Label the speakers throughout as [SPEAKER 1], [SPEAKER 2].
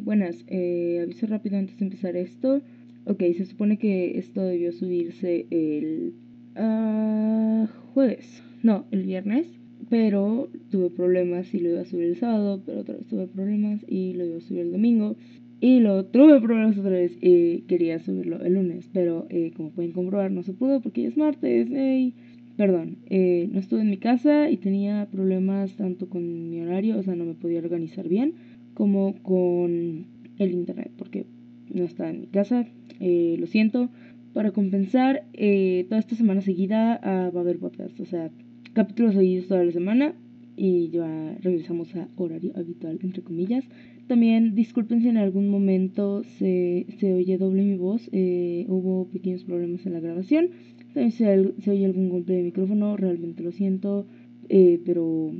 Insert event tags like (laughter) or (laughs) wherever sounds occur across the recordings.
[SPEAKER 1] Buenas, eh, aviso rápido antes de empezar esto. Ok, se supone que esto debió subirse el ah, jueves, no, el viernes, pero tuve problemas y lo iba a subir el sábado, pero otra vez tuve problemas y lo iba a subir el domingo. Y lo tuve problemas otra vez y quería subirlo el lunes, pero eh, como pueden comprobar no se pudo porque ya es martes. ey. Perdón, eh, no estuve en mi casa y tenía problemas tanto con mi horario, o sea, no me podía organizar bien, como con el internet, porque no estaba en mi casa, eh, lo siento. Para compensar, eh, toda esta semana seguida ah, va a haber podcast, o sea, capítulos seguidos toda la semana y ya regresamos a horario habitual, entre comillas. También disculpen si en algún momento se, se oye doble mi voz, eh, hubo pequeños problemas en la grabación. También si al- se oye algún golpe de micrófono, realmente lo siento, eh, pero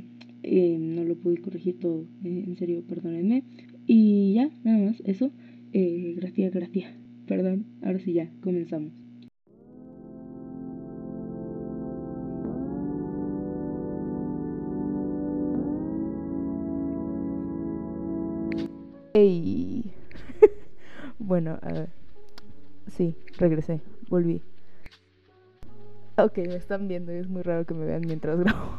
[SPEAKER 1] eh, no lo pude corregir todo, eh, en serio, perdónenme. Y ya, nada más, eso. Eh, gracias, gracias. Perdón, ahora sí ya, comenzamos.
[SPEAKER 2] Ey. (laughs) bueno, a ver. Sí, regresé, volví. Ok, me están viendo y es muy raro que me vean mientras (laughs) grabo.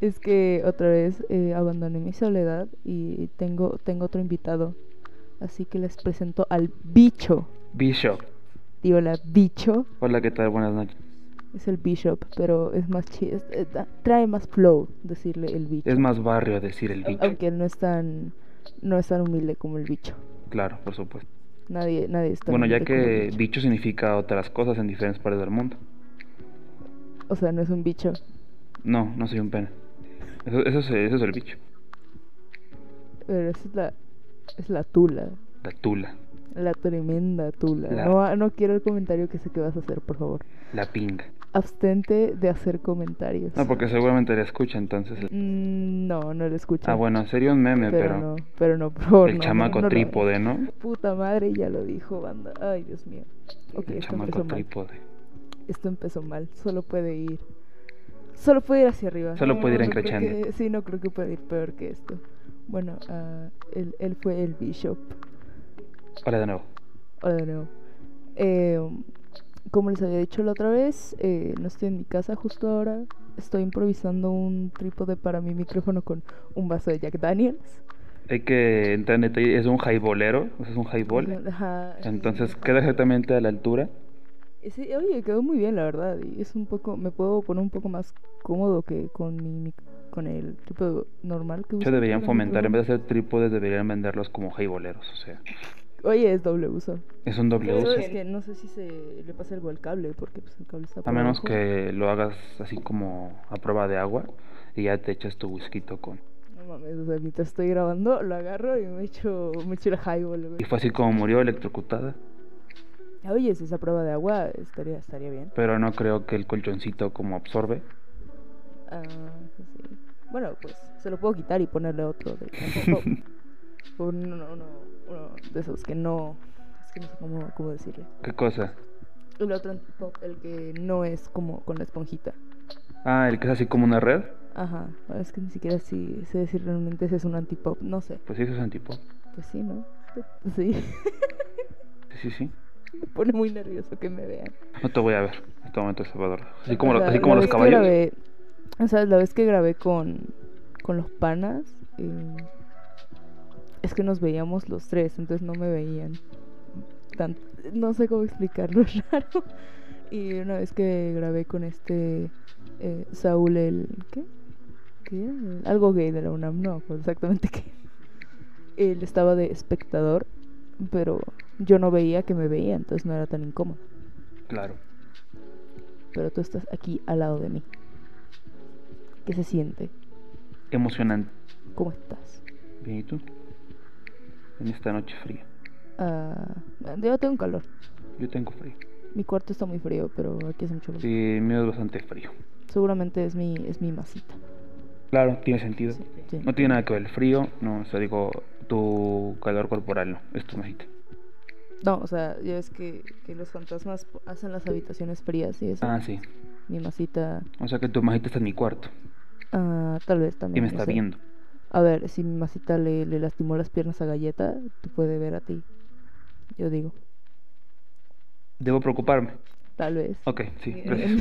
[SPEAKER 2] es que otra vez eh, abandoné mi soledad y tengo, tengo otro invitado. Así que les presento al bicho.
[SPEAKER 3] (laughs) Bishop.
[SPEAKER 2] Digo, la bicho
[SPEAKER 3] Hola, ¿qué tal? Buenas noches.
[SPEAKER 2] es el bishop, pero es más chi- es- eh, da- trae más flow decirle el bicho.
[SPEAKER 3] Es más barrio decir el bicho.
[SPEAKER 2] Aunque él no es tan, no es tan humilde como el bicho.
[SPEAKER 3] Claro, por supuesto.
[SPEAKER 2] Nadie, nadie está.
[SPEAKER 3] Bueno, ya que bicho significa otras cosas en diferentes partes del mundo.
[SPEAKER 2] O sea, no es un bicho.
[SPEAKER 3] No, no soy un pene. Eso, eso es, eso es el bicho.
[SPEAKER 2] Pero esa es la, es la tula.
[SPEAKER 3] La tula,
[SPEAKER 2] La tremenda tula.
[SPEAKER 3] La-
[SPEAKER 2] No, no quiero el comentario que sé que vas a hacer, por favor.
[SPEAKER 3] la pinga.
[SPEAKER 2] Abstente de hacer comentarios.
[SPEAKER 3] No, porque seguramente la escucha, entonces.
[SPEAKER 2] Mm, no, no lo escucho.
[SPEAKER 3] Ah, bueno, sería un meme,
[SPEAKER 2] pero,
[SPEAKER 3] pero.
[SPEAKER 2] no, pero no, por favor.
[SPEAKER 3] El
[SPEAKER 2] no,
[SPEAKER 3] chamaco
[SPEAKER 2] no, no lo
[SPEAKER 3] trípode, ¿no?
[SPEAKER 2] hagas. Puta madre, ya lo dijo, banda. Ay, Dios mío. Ok,
[SPEAKER 3] El
[SPEAKER 2] esto
[SPEAKER 3] chamaco
[SPEAKER 2] empezó mal.
[SPEAKER 3] trípode.
[SPEAKER 2] Esto empezó mal. Solo puede ir. Solo puede ir hacia arriba.
[SPEAKER 3] Solo puede ir
[SPEAKER 2] no creo
[SPEAKER 3] encrechando.
[SPEAKER 2] que- sí, no creo que pueda ir peor que esto. Bueno, ah, él, él fue el bishop.
[SPEAKER 3] Hola de nuevo.
[SPEAKER 2] Hola de nuevo. Eh, como les había dicho la otra vez, eh, no estoy en mi casa justo ahora. Estoy improvisando un trípode para mi micrófono con un vaso de Jack Daniels.
[SPEAKER 3] Hay que entrar en detalle. Es un highbolero. o sea, Es un highball.
[SPEAKER 2] Ajá, es un-
[SPEAKER 3] Entonces queda exactamente a la altura.
[SPEAKER 2] Y sí, oye, quedó muy bien la verdad. Y es un poco, me puedo poner un poco más cómodo que con mi, mic- con el trípode normal
[SPEAKER 3] Se
[SPEAKER 2] que uso
[SPEAKER 3] deberían
[SPEAKER 2] para mi
[SPEAKER 3] fomentar. En
[SPEAKER 2] micrófono.
[SPEAKER 3] vez de hacer trípodes, deberían venderlos como highboleros. O sea,
[SPEAKER 2] Oye, es doble uso.
[SPEAKER 3] es un doble
[SPEAKER 2] Pero
[SPEAKER 3] uso.
[SPEAKER 2] es que no sé si se le pasa algo al cable, porque pues, el cable está
[SPEAKER 3] A
[SPEAKER 2] por
[SPEAKER 3] menos
[SPEAKER 2] abajo.
[SPEAKER 3] que lo hagas así como a prueba de agua y ya te echas tu whisky con.
[SPEAKER 2] No mames, o sea, mientras estoy grabando, lo agarro y me echo, me echo el highball,
[SPEAKER 3] Y
[SPEAKER 2] güey.
[SPEAKER 3] fue así como murió electrocutada.
[SPEAKER 2] Ah, Oye, si esa prueba de agua estaría, estaría bien.
[SPEAKER 3] Pero no creo que el colchoncito como absorbe.
[SPEAKER 2] Ah, sí, sí. Bueno, pues se lo puedo quitar y ponerle otro. De, tampoco- uno, uno- uno- uno de esos que no. Es que no sé cómo, cómo decirle.
[SPEAKER 3] ¿Qué cosa?
[SPEAKER 2] El otro antipop, el que no es como con la esponjita.
[SPEAKER 3] Ah, el que es así como una red.
[SPEAKER 2] Ajá, es que ni siquiera si sé decir realmente ese es un antipop, no sé.
[SPEAKER 3] Pues sí, eso es antipop.
[SPEAKER 2] Pues sí, ¿no? (laughs) Sí,
[SPEAKER 3] Sí, sí, sí.
[SPEAKER 2] me pone muy nervioso que me vean.
[SPEAKER 3] No te voy a ver. En este momento, Salvador. Así como,
[SPEAKER 2] O
[SPEAKER 3] lo-
[SPEAKER 2] sea,
[SPEAKER 3] así como
[SPEAKER 2] la
[SPEAKER 3] los
[SPEAKER 2] vez que
[SPEAKER 3] caballos.
[SPEAKER 2] grabé- o sea, la vez que grabé con, con los panas, eh, es que nos veíamos los tres, entonces no me veían. tan- no sé cómo explicarlo, (laughs) es raro. Y una vez que grabé con este eh, Saúl, el. ¿Qué? ¿Qué era? El- Algo gay de la UNAM, no, me acuerdo exactamente (laughs) qué. Él estaba de espectador, pero yo no veía que me veía, entonces no era tan incómodo.
[SPEAKER 3] Claro.
[SPEAKER 2] Pero tú estás aquí al lado de mí. ¿Qué se siente?
[SPEAKER 3] Emocionante.
[SPEAKER 2] ¿Cómo estás?
[SPEAKER 3] Bien, ¿y tú? En esta noche fría.
[SPEAKER 2] Ah, yo tengo calor.
[SPEAKER 3] Yo tengo frío.
[SPEAKER 2] Mi cuarto está muy frío, pero aquí hace mucho calor.
[SPEAKER 3] Sí, el mío es bastante frío.
[SPEAKER 2] Seguramente es mi, es mi masita.
[SPEAKER 3] Claro, tiene sentido.
[SPEAKER 2] Sí.
[SPEAKER 3] No tiene nada que ver el frío. No, o sea, digo, tu calor corporal no. Es tu majita.
[SPEAKER 2] No, o sea, ya ves que, que los fantasmas po- hacen las habitaciones frías y eso.
[SPEAKER 3] Ah, sí.
[SPEAKER 2] Mi masita,
[SPEAKER 3] O sea que tu majita está en mi cuarto
[SPEAKER 2] ah, tal vez
[SPEAKER 3] y
[SPEAKER 2] también.
[SPEAKER 3] me
[SPEAKER 2] no
[SPEAKER 3] está
[SPEAKER 2] sé.
[SPEAKER 3] viendo.
[SPEAKER 2] A ver, si mi masita le, le lastimó las piernas a Galleta, tú puedes ver a ti. Yo digo,
[SPEAKER 3] Debo preocuparme.
[SPEAKER 2] tal vez.
[SPEAKER 3] Ok, sí,
[SPEAKER 1] Bien.
[SPEAKER 3] gracias.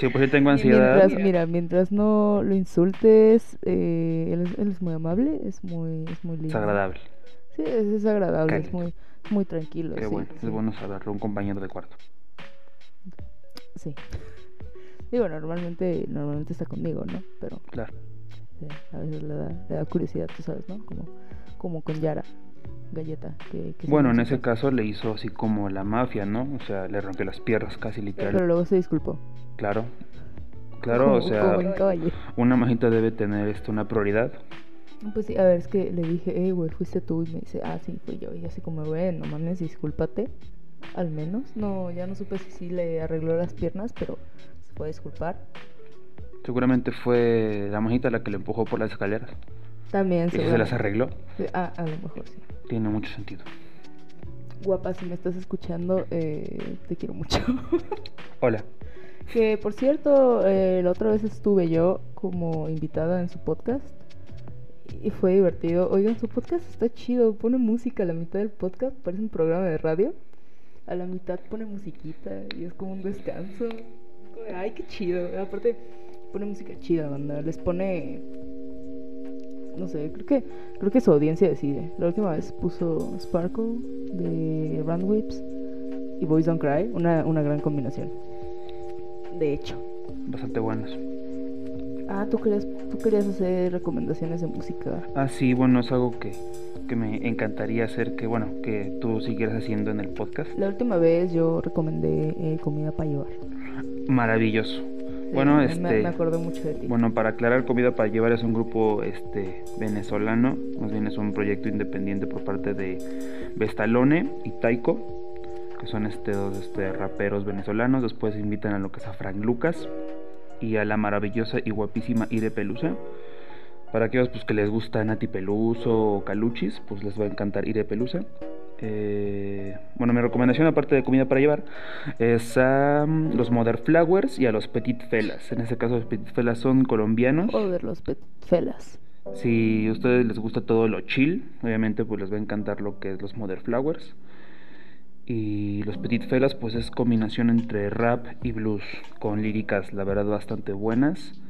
[SPEAKER 3] Sí, pues yo tengo ansiedad.
[SPEAKER 2] Mientras, mira, mientras no lo insultes, eh, él, es- él es muy amable, es muy, es muy lindo.
[SPEAKER 3] Es agradable.
[SPEAKER 2] Sí, es, es agradable, es
[SPEAKER 3] Cálido.
[SPEAKER 2] muy, muy tranquilo.
[SPEAKER 3] Qué
[SPEAKER 2] sí,
[SPEAKER 3] bueno.
[SPEAKER 2] sí.
[SPEAKER 3] Es bueno saberlo. Un compañero de cuarto.
[SPEAKER 2] Sí. Digo, normalmente, normalmente está conmigo, ¿no? Pero
[SPEAKER 3] Claro.
[SPEAKER 2] sí, a veces le da, le da curiosidad, tú sabes, ¿no? Como, como con Yara, galleta. Que, que se
[SPEAKER 3] Bueno, en
[SPEAKER 2] hizo
[SPEAKER 3] ese
[SPEAKER 2] caso.
[SPEAKER 3] caso le hizo así como la mafia, ¿no? O sea, le rompió las piernas casi
[SPEAKER 2] Pero
[SPEAKER 3] literal.
[SPEAKER 2] luego se disculpó.
[SPEAKER 3] Claro. Claro,
[SPEAKER 2] como,
[SPEAKER 3] o sea,
[SPEAKER 2] Como buen caballero.
[SPEAKER 3] una majita debe tener esto una prioridad.
[SPEAKER 2] Pues sí, a ver, es que le dije, hey, güey, fuiste tú. Y me dice, ah, sí, fui yo. Y así como, güey, no mames, discúlpate. Al menos. No, ya no supe si sí le arregló las piernas, pero se puede disculpar.
[SPEAKER 3] Seguramente fue la majita la que le empujó por las escaleras.
[SPEAKER 2] También
[SPEAKER 3] Y se las
[SPEAKER 2] seguramente.
[SPEAKER 3] arregló.
[SPEAKER 2] Ah, a lo mejor sí.
[SPEAKER 3] Tiene mucho sentido.
[SPEAKER 2] Guapa, si me estás escuchando, eh, te quiero mucho. (laughs)
[SPEAKER 3] Hola.
[SPEAKER 2] que por cierto, eh, la otra vez estuve yo como invitada en su podcast y fue divertido. Oigan, su podcast está chido, pone música a la mitad del podcast, parece un programa de radio. A la mitad pone musiquita y es como un descanso. Como de, Ay, qué chido. Aparte, pone música chida, banda. Les pone. No sé, creo que, creo que su audiencia decide. La última vez puso Sparkle de Whips y Boys Don't Cry, una, una gran combinación. De hecho.
[SPEAKER 3] Bastante buenas.
[SPEAKER 2] Ah, tú querías, tú querías hacer recomendaciones de música.
[SPEAKER 3] Ah, sí, bueno, es algo que, que me encantaría hacer, que bueno, que tú siguieras haciendo en el podcast.
[SPEAKER 2] La última vez yo recomendé eh, comida para llevar.
[SPEAKER 3] Maravilloso.
[SPEAKER 2] Sí,
[SPEAKER 3] Bueno,
[SPEAKER 2] me-
[SPEAKER 3] este,
[SPEAKER 2] Me acordé mucho de ti.
[SPEAKER 3] bueno, para aclarar, Comida para Llevar es un grupo este, venezolano, más bien es un proyecto independiente por parte de Vestalone y Taiko, que son este, dos este, raperos venezolanos. Después invitan a lo que es a Frank Lucas y a la maravillosa y guapísima Ire Pelusa. Para aquellos pues, que les gusta Nati Peluso o Caluchis, pues les va a encantar Ire Pelusa. Eh, bueno, mi recomendación, aparte de comida para llevar, es a mm, los Mother Flowers y a los Petit Felas. En este caso, los Petit Felas son colombianos.
[SPEAKER 2] Joder, los pet- felas.
[SPEAKER 3] Si a ustedes les gusta todo lo chill, obviamente pues les va a encantar lo que es los Mother Flowers. Y los Petit Felas pues es combinación entre rap y blues, con líricas la verdad bastante buenas.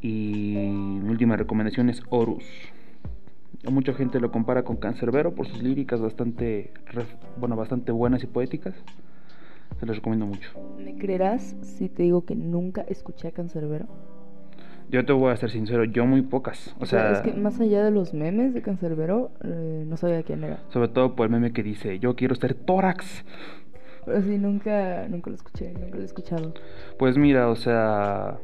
[SPEAKER 3] Y mi última recomendación es Horus. Mucha gente lo compara con Cancerbero por sus líricas bastante, ref- bueno, bastante buenas y poéticas. Se los recomiendo mucho.
[SPEAKER 2] ¿Me creerás si te digo que nunca escuché a Cancerbero?
[SPEAKER 3] Yo te voy a ser sincero, yo muy pocas. O sea,
[SPEAKER 2] es que más allá de los memes de Cancerbero, eh, no sabía quién era.
[SPEAKER 3] sobre todo por el meme que dice, yo quiero ser tórax.
[SPEAKER 2] Pero sí, nunca, nunca lo escuché, nunca lo he escuchado.
[SPEAKER 3] Pues mira, o sea,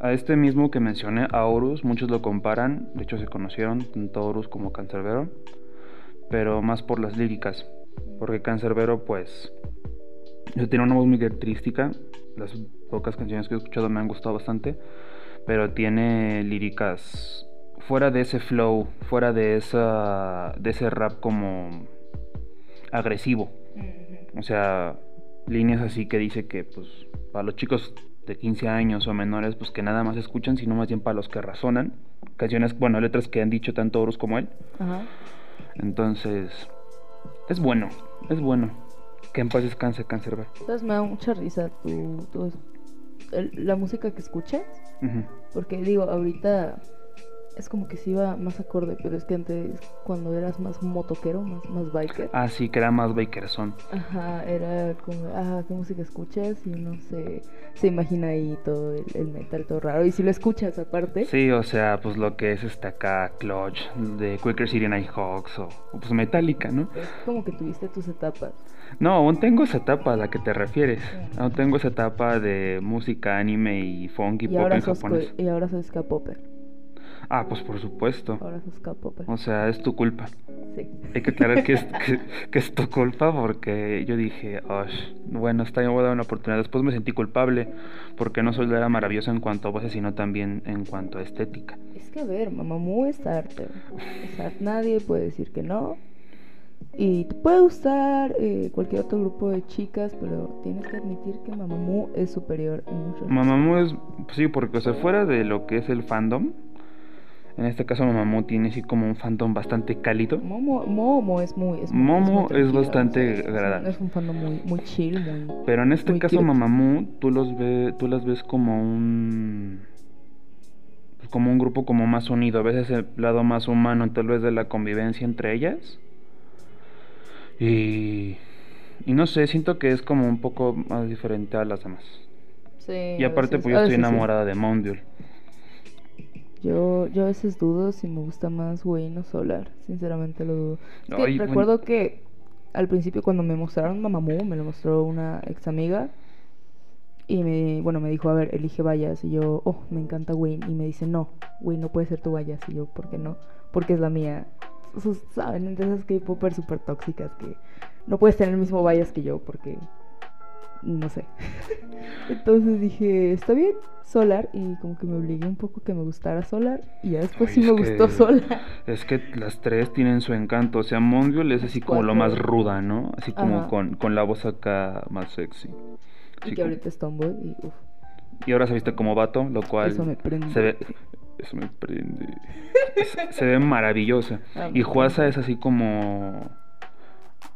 [SPEAKER 3] a este mismo que mencioné, a Horus, muchos lo comparan, de hecho se conocieron tanto Horus como Cancerbero, pero más por las líricas, porque Cancerbero pues tiene una voz muy característica, las pocas canciones que he escuchado me han gustado bastante, pero tiene líricas fuera de ese flow, fuera de esa de ese rap como agresivo. O sea, líneas así que dice que, pues, para los chicos de 15 años o menores, pues que nada más escuchan, sino más bien para los que razonan. Canciones, bueno, letras que han dicho tanto Horus como él.
[SPEAKER 2] Ajá.
[SPEAKER 3] Entonces, es bueno, es bueno. Que en paz descanse, Cancerbero.
[SPEAKER 2] Entonces me da mucha risa tu, tu- el- la música que escuchas.
[SPEAKER 3] Ujú.
[SPEAKER 2] Porque digo, ahorita es como que se iba más acorde, pero es que antes, cuando eras más motoquero, más, más biker,
[SPEAKER 3] Ah, sí, que era más Bakerson.
[SPEAKER 2] ajá, era como, ah, qué música escuchas y uno se, se imagina ahí todo el, el metal, todo raro. Y si lo escuchas aparte,
[SPEAKER 3] Sí, o sea, pues lo que es este acá, Clutch, de Quicker City Nighthawks o, o pues Metallica, ¿no?
[SPEAKER 2] es como que tuviste tus etapas.
[SPEAKER 3] No, aún tengo esa etapa a la que te refieres.
[SPEAKER 2] Sí.
[SPEAKER 3] Aún tengo esa etapa de música, anime y funk y,
[SPEAKER 2] Y
[SPEAKER 3] pop
[SPEAKER 2] ahora,
[SPEAKER 3] en
[SPEAKER 2] sos,
[SPEAKER 3] japonés.
[SPEAKER 2] co- y ahora sos K-popper.
[SPEAKER 3] Ah, pues por supuesto.
[SPEAKER 2] Ahora sos K-popper.
[SPEAKER 3] O sea, es tu culpa.
[SPEAKER 2] Sí.
[SPEAKER 3] Hay que aclarar
[SPEAKER 2] (laughs)
[SPEAKER 3] que es, que, que es tu culpa porque yo dije, "Osh, bueno, está bien, voy a dar una oportunidad. Después me sentí culpable porque no solo era maravilloso en cuanto a voces, sino también en cuanto a estética.
[SPEAKER 2] Es que a ver, Mamamoo es arte. Es arte. Nadie puede decir que no. Y te puede gustar eh, cualquier otro grupo de chicas, pero tienes que admitir que Mamamoo es superior en muchos.
[SPEAKER 3] pues Mamamoo es, sí, porque o sea, fuera de lo que es el fandom, En este caso Momo tiene así como un fandom bastante cálido.
[SPEAKER 2] Momo, Momo es muy. Es muy-
[SPEAKER 3] Momo
[SPEAKER 2] muy
[SPEAKER 3] es
[SPEAKER 2] tranquila,
[SPEAKER 3] bastante
[SPEAKER 2] o sea, es un-
[SPEAKER 3] agradable.
[SPEAKER 2] Es un fandom muy, muy chill, muy.
[SPEAKER 3] Pero en este
[SPEAKER 2] Muy
[SPEAKER 3] caso
[SPEAKER 2] cute.
[SPEAKER 3] Mamamoo, tú los ve, tú las ves como un pues, como un grupo como más unido, a veces el lado más humano tal vez de la convivencia entre ellas. Y y no sé, siento que es como un poco más diferente a las demás.
[SPEAKER 2] Sí,
[SPEAKER 3] Y
[SPEAKER 2] a
[SPEAKER 3] aparte
[SPEAKER 2] veces-
[SPEAKER 3] pues yo
[SPEAKER 2] a
[SPEAKER 3] estoy
[SPEAKER 2] veces sí.
[SPEAKER 3] enamorada de Mounduel.
[SPEAKER 2] Yo, yo a veces dudo si me gusta más Wayne o Solar, sinceramente lo dudo. Es que
[SPEAKER 3] Ay, bueno.
[SPEAKER 2] recuerdo que al principio cuando me mostraron Mamamoo, me lo mostró una ex amiga y me, bueno, me dijo, a ver, elige Vallas y yo, oh, me encanta Wayne y me dice, no, Wayne no puede ser tu Vallas y yo, ¿por qué no? Porque es la mía. Sus- Saben, entonces que popers súper tóxicas que no puedes tener el mismo Vallas que yo porque no sé. (laughs) Entonces dije, está bien, Solar. Y como que me obligué un poco que me gustara Solar. Y ya después
[SPEAKER 3] Ay,
[SPEAKER 2] sí me
[SPEAKER 3] es
[SPEAKER 2] gustó
[SPEAKER 3] que-
[SPEAKER 2] Solar.
[SPEAKER 3] (laughs) Es que las tres tienen su encanto, o sea, Mondial es así como lo más
[SPEAKER 2] Cuatro.
[SPEAKER 3] ruda, ¿no? Así como
[SPEAKER 2] Ajá.
[SPEAKER 3] con, con la voz acá más sexy.
[SPEAKER 2] Y
[SPEAKER 3] Así
[SPEAKER 2] que
[SPEAKER 3] como-
[SPEAKER 2] ahorita es Tomboy. Y uff,
[SPEAKER 3] Y ahora se viste como vato, lo cual
[SPEAKER 2] eso me prende.
[SPEAKER 3] se ve eso me prende. Se, se ve maravillosa.
[SPEAKER 2] Ah,
[SPEAKER 3] Y
[SPEAKER 2] me
[SPEAKER 3] Juasa
[SPEAKER 2] prende.
[SPEAKER 3] es así como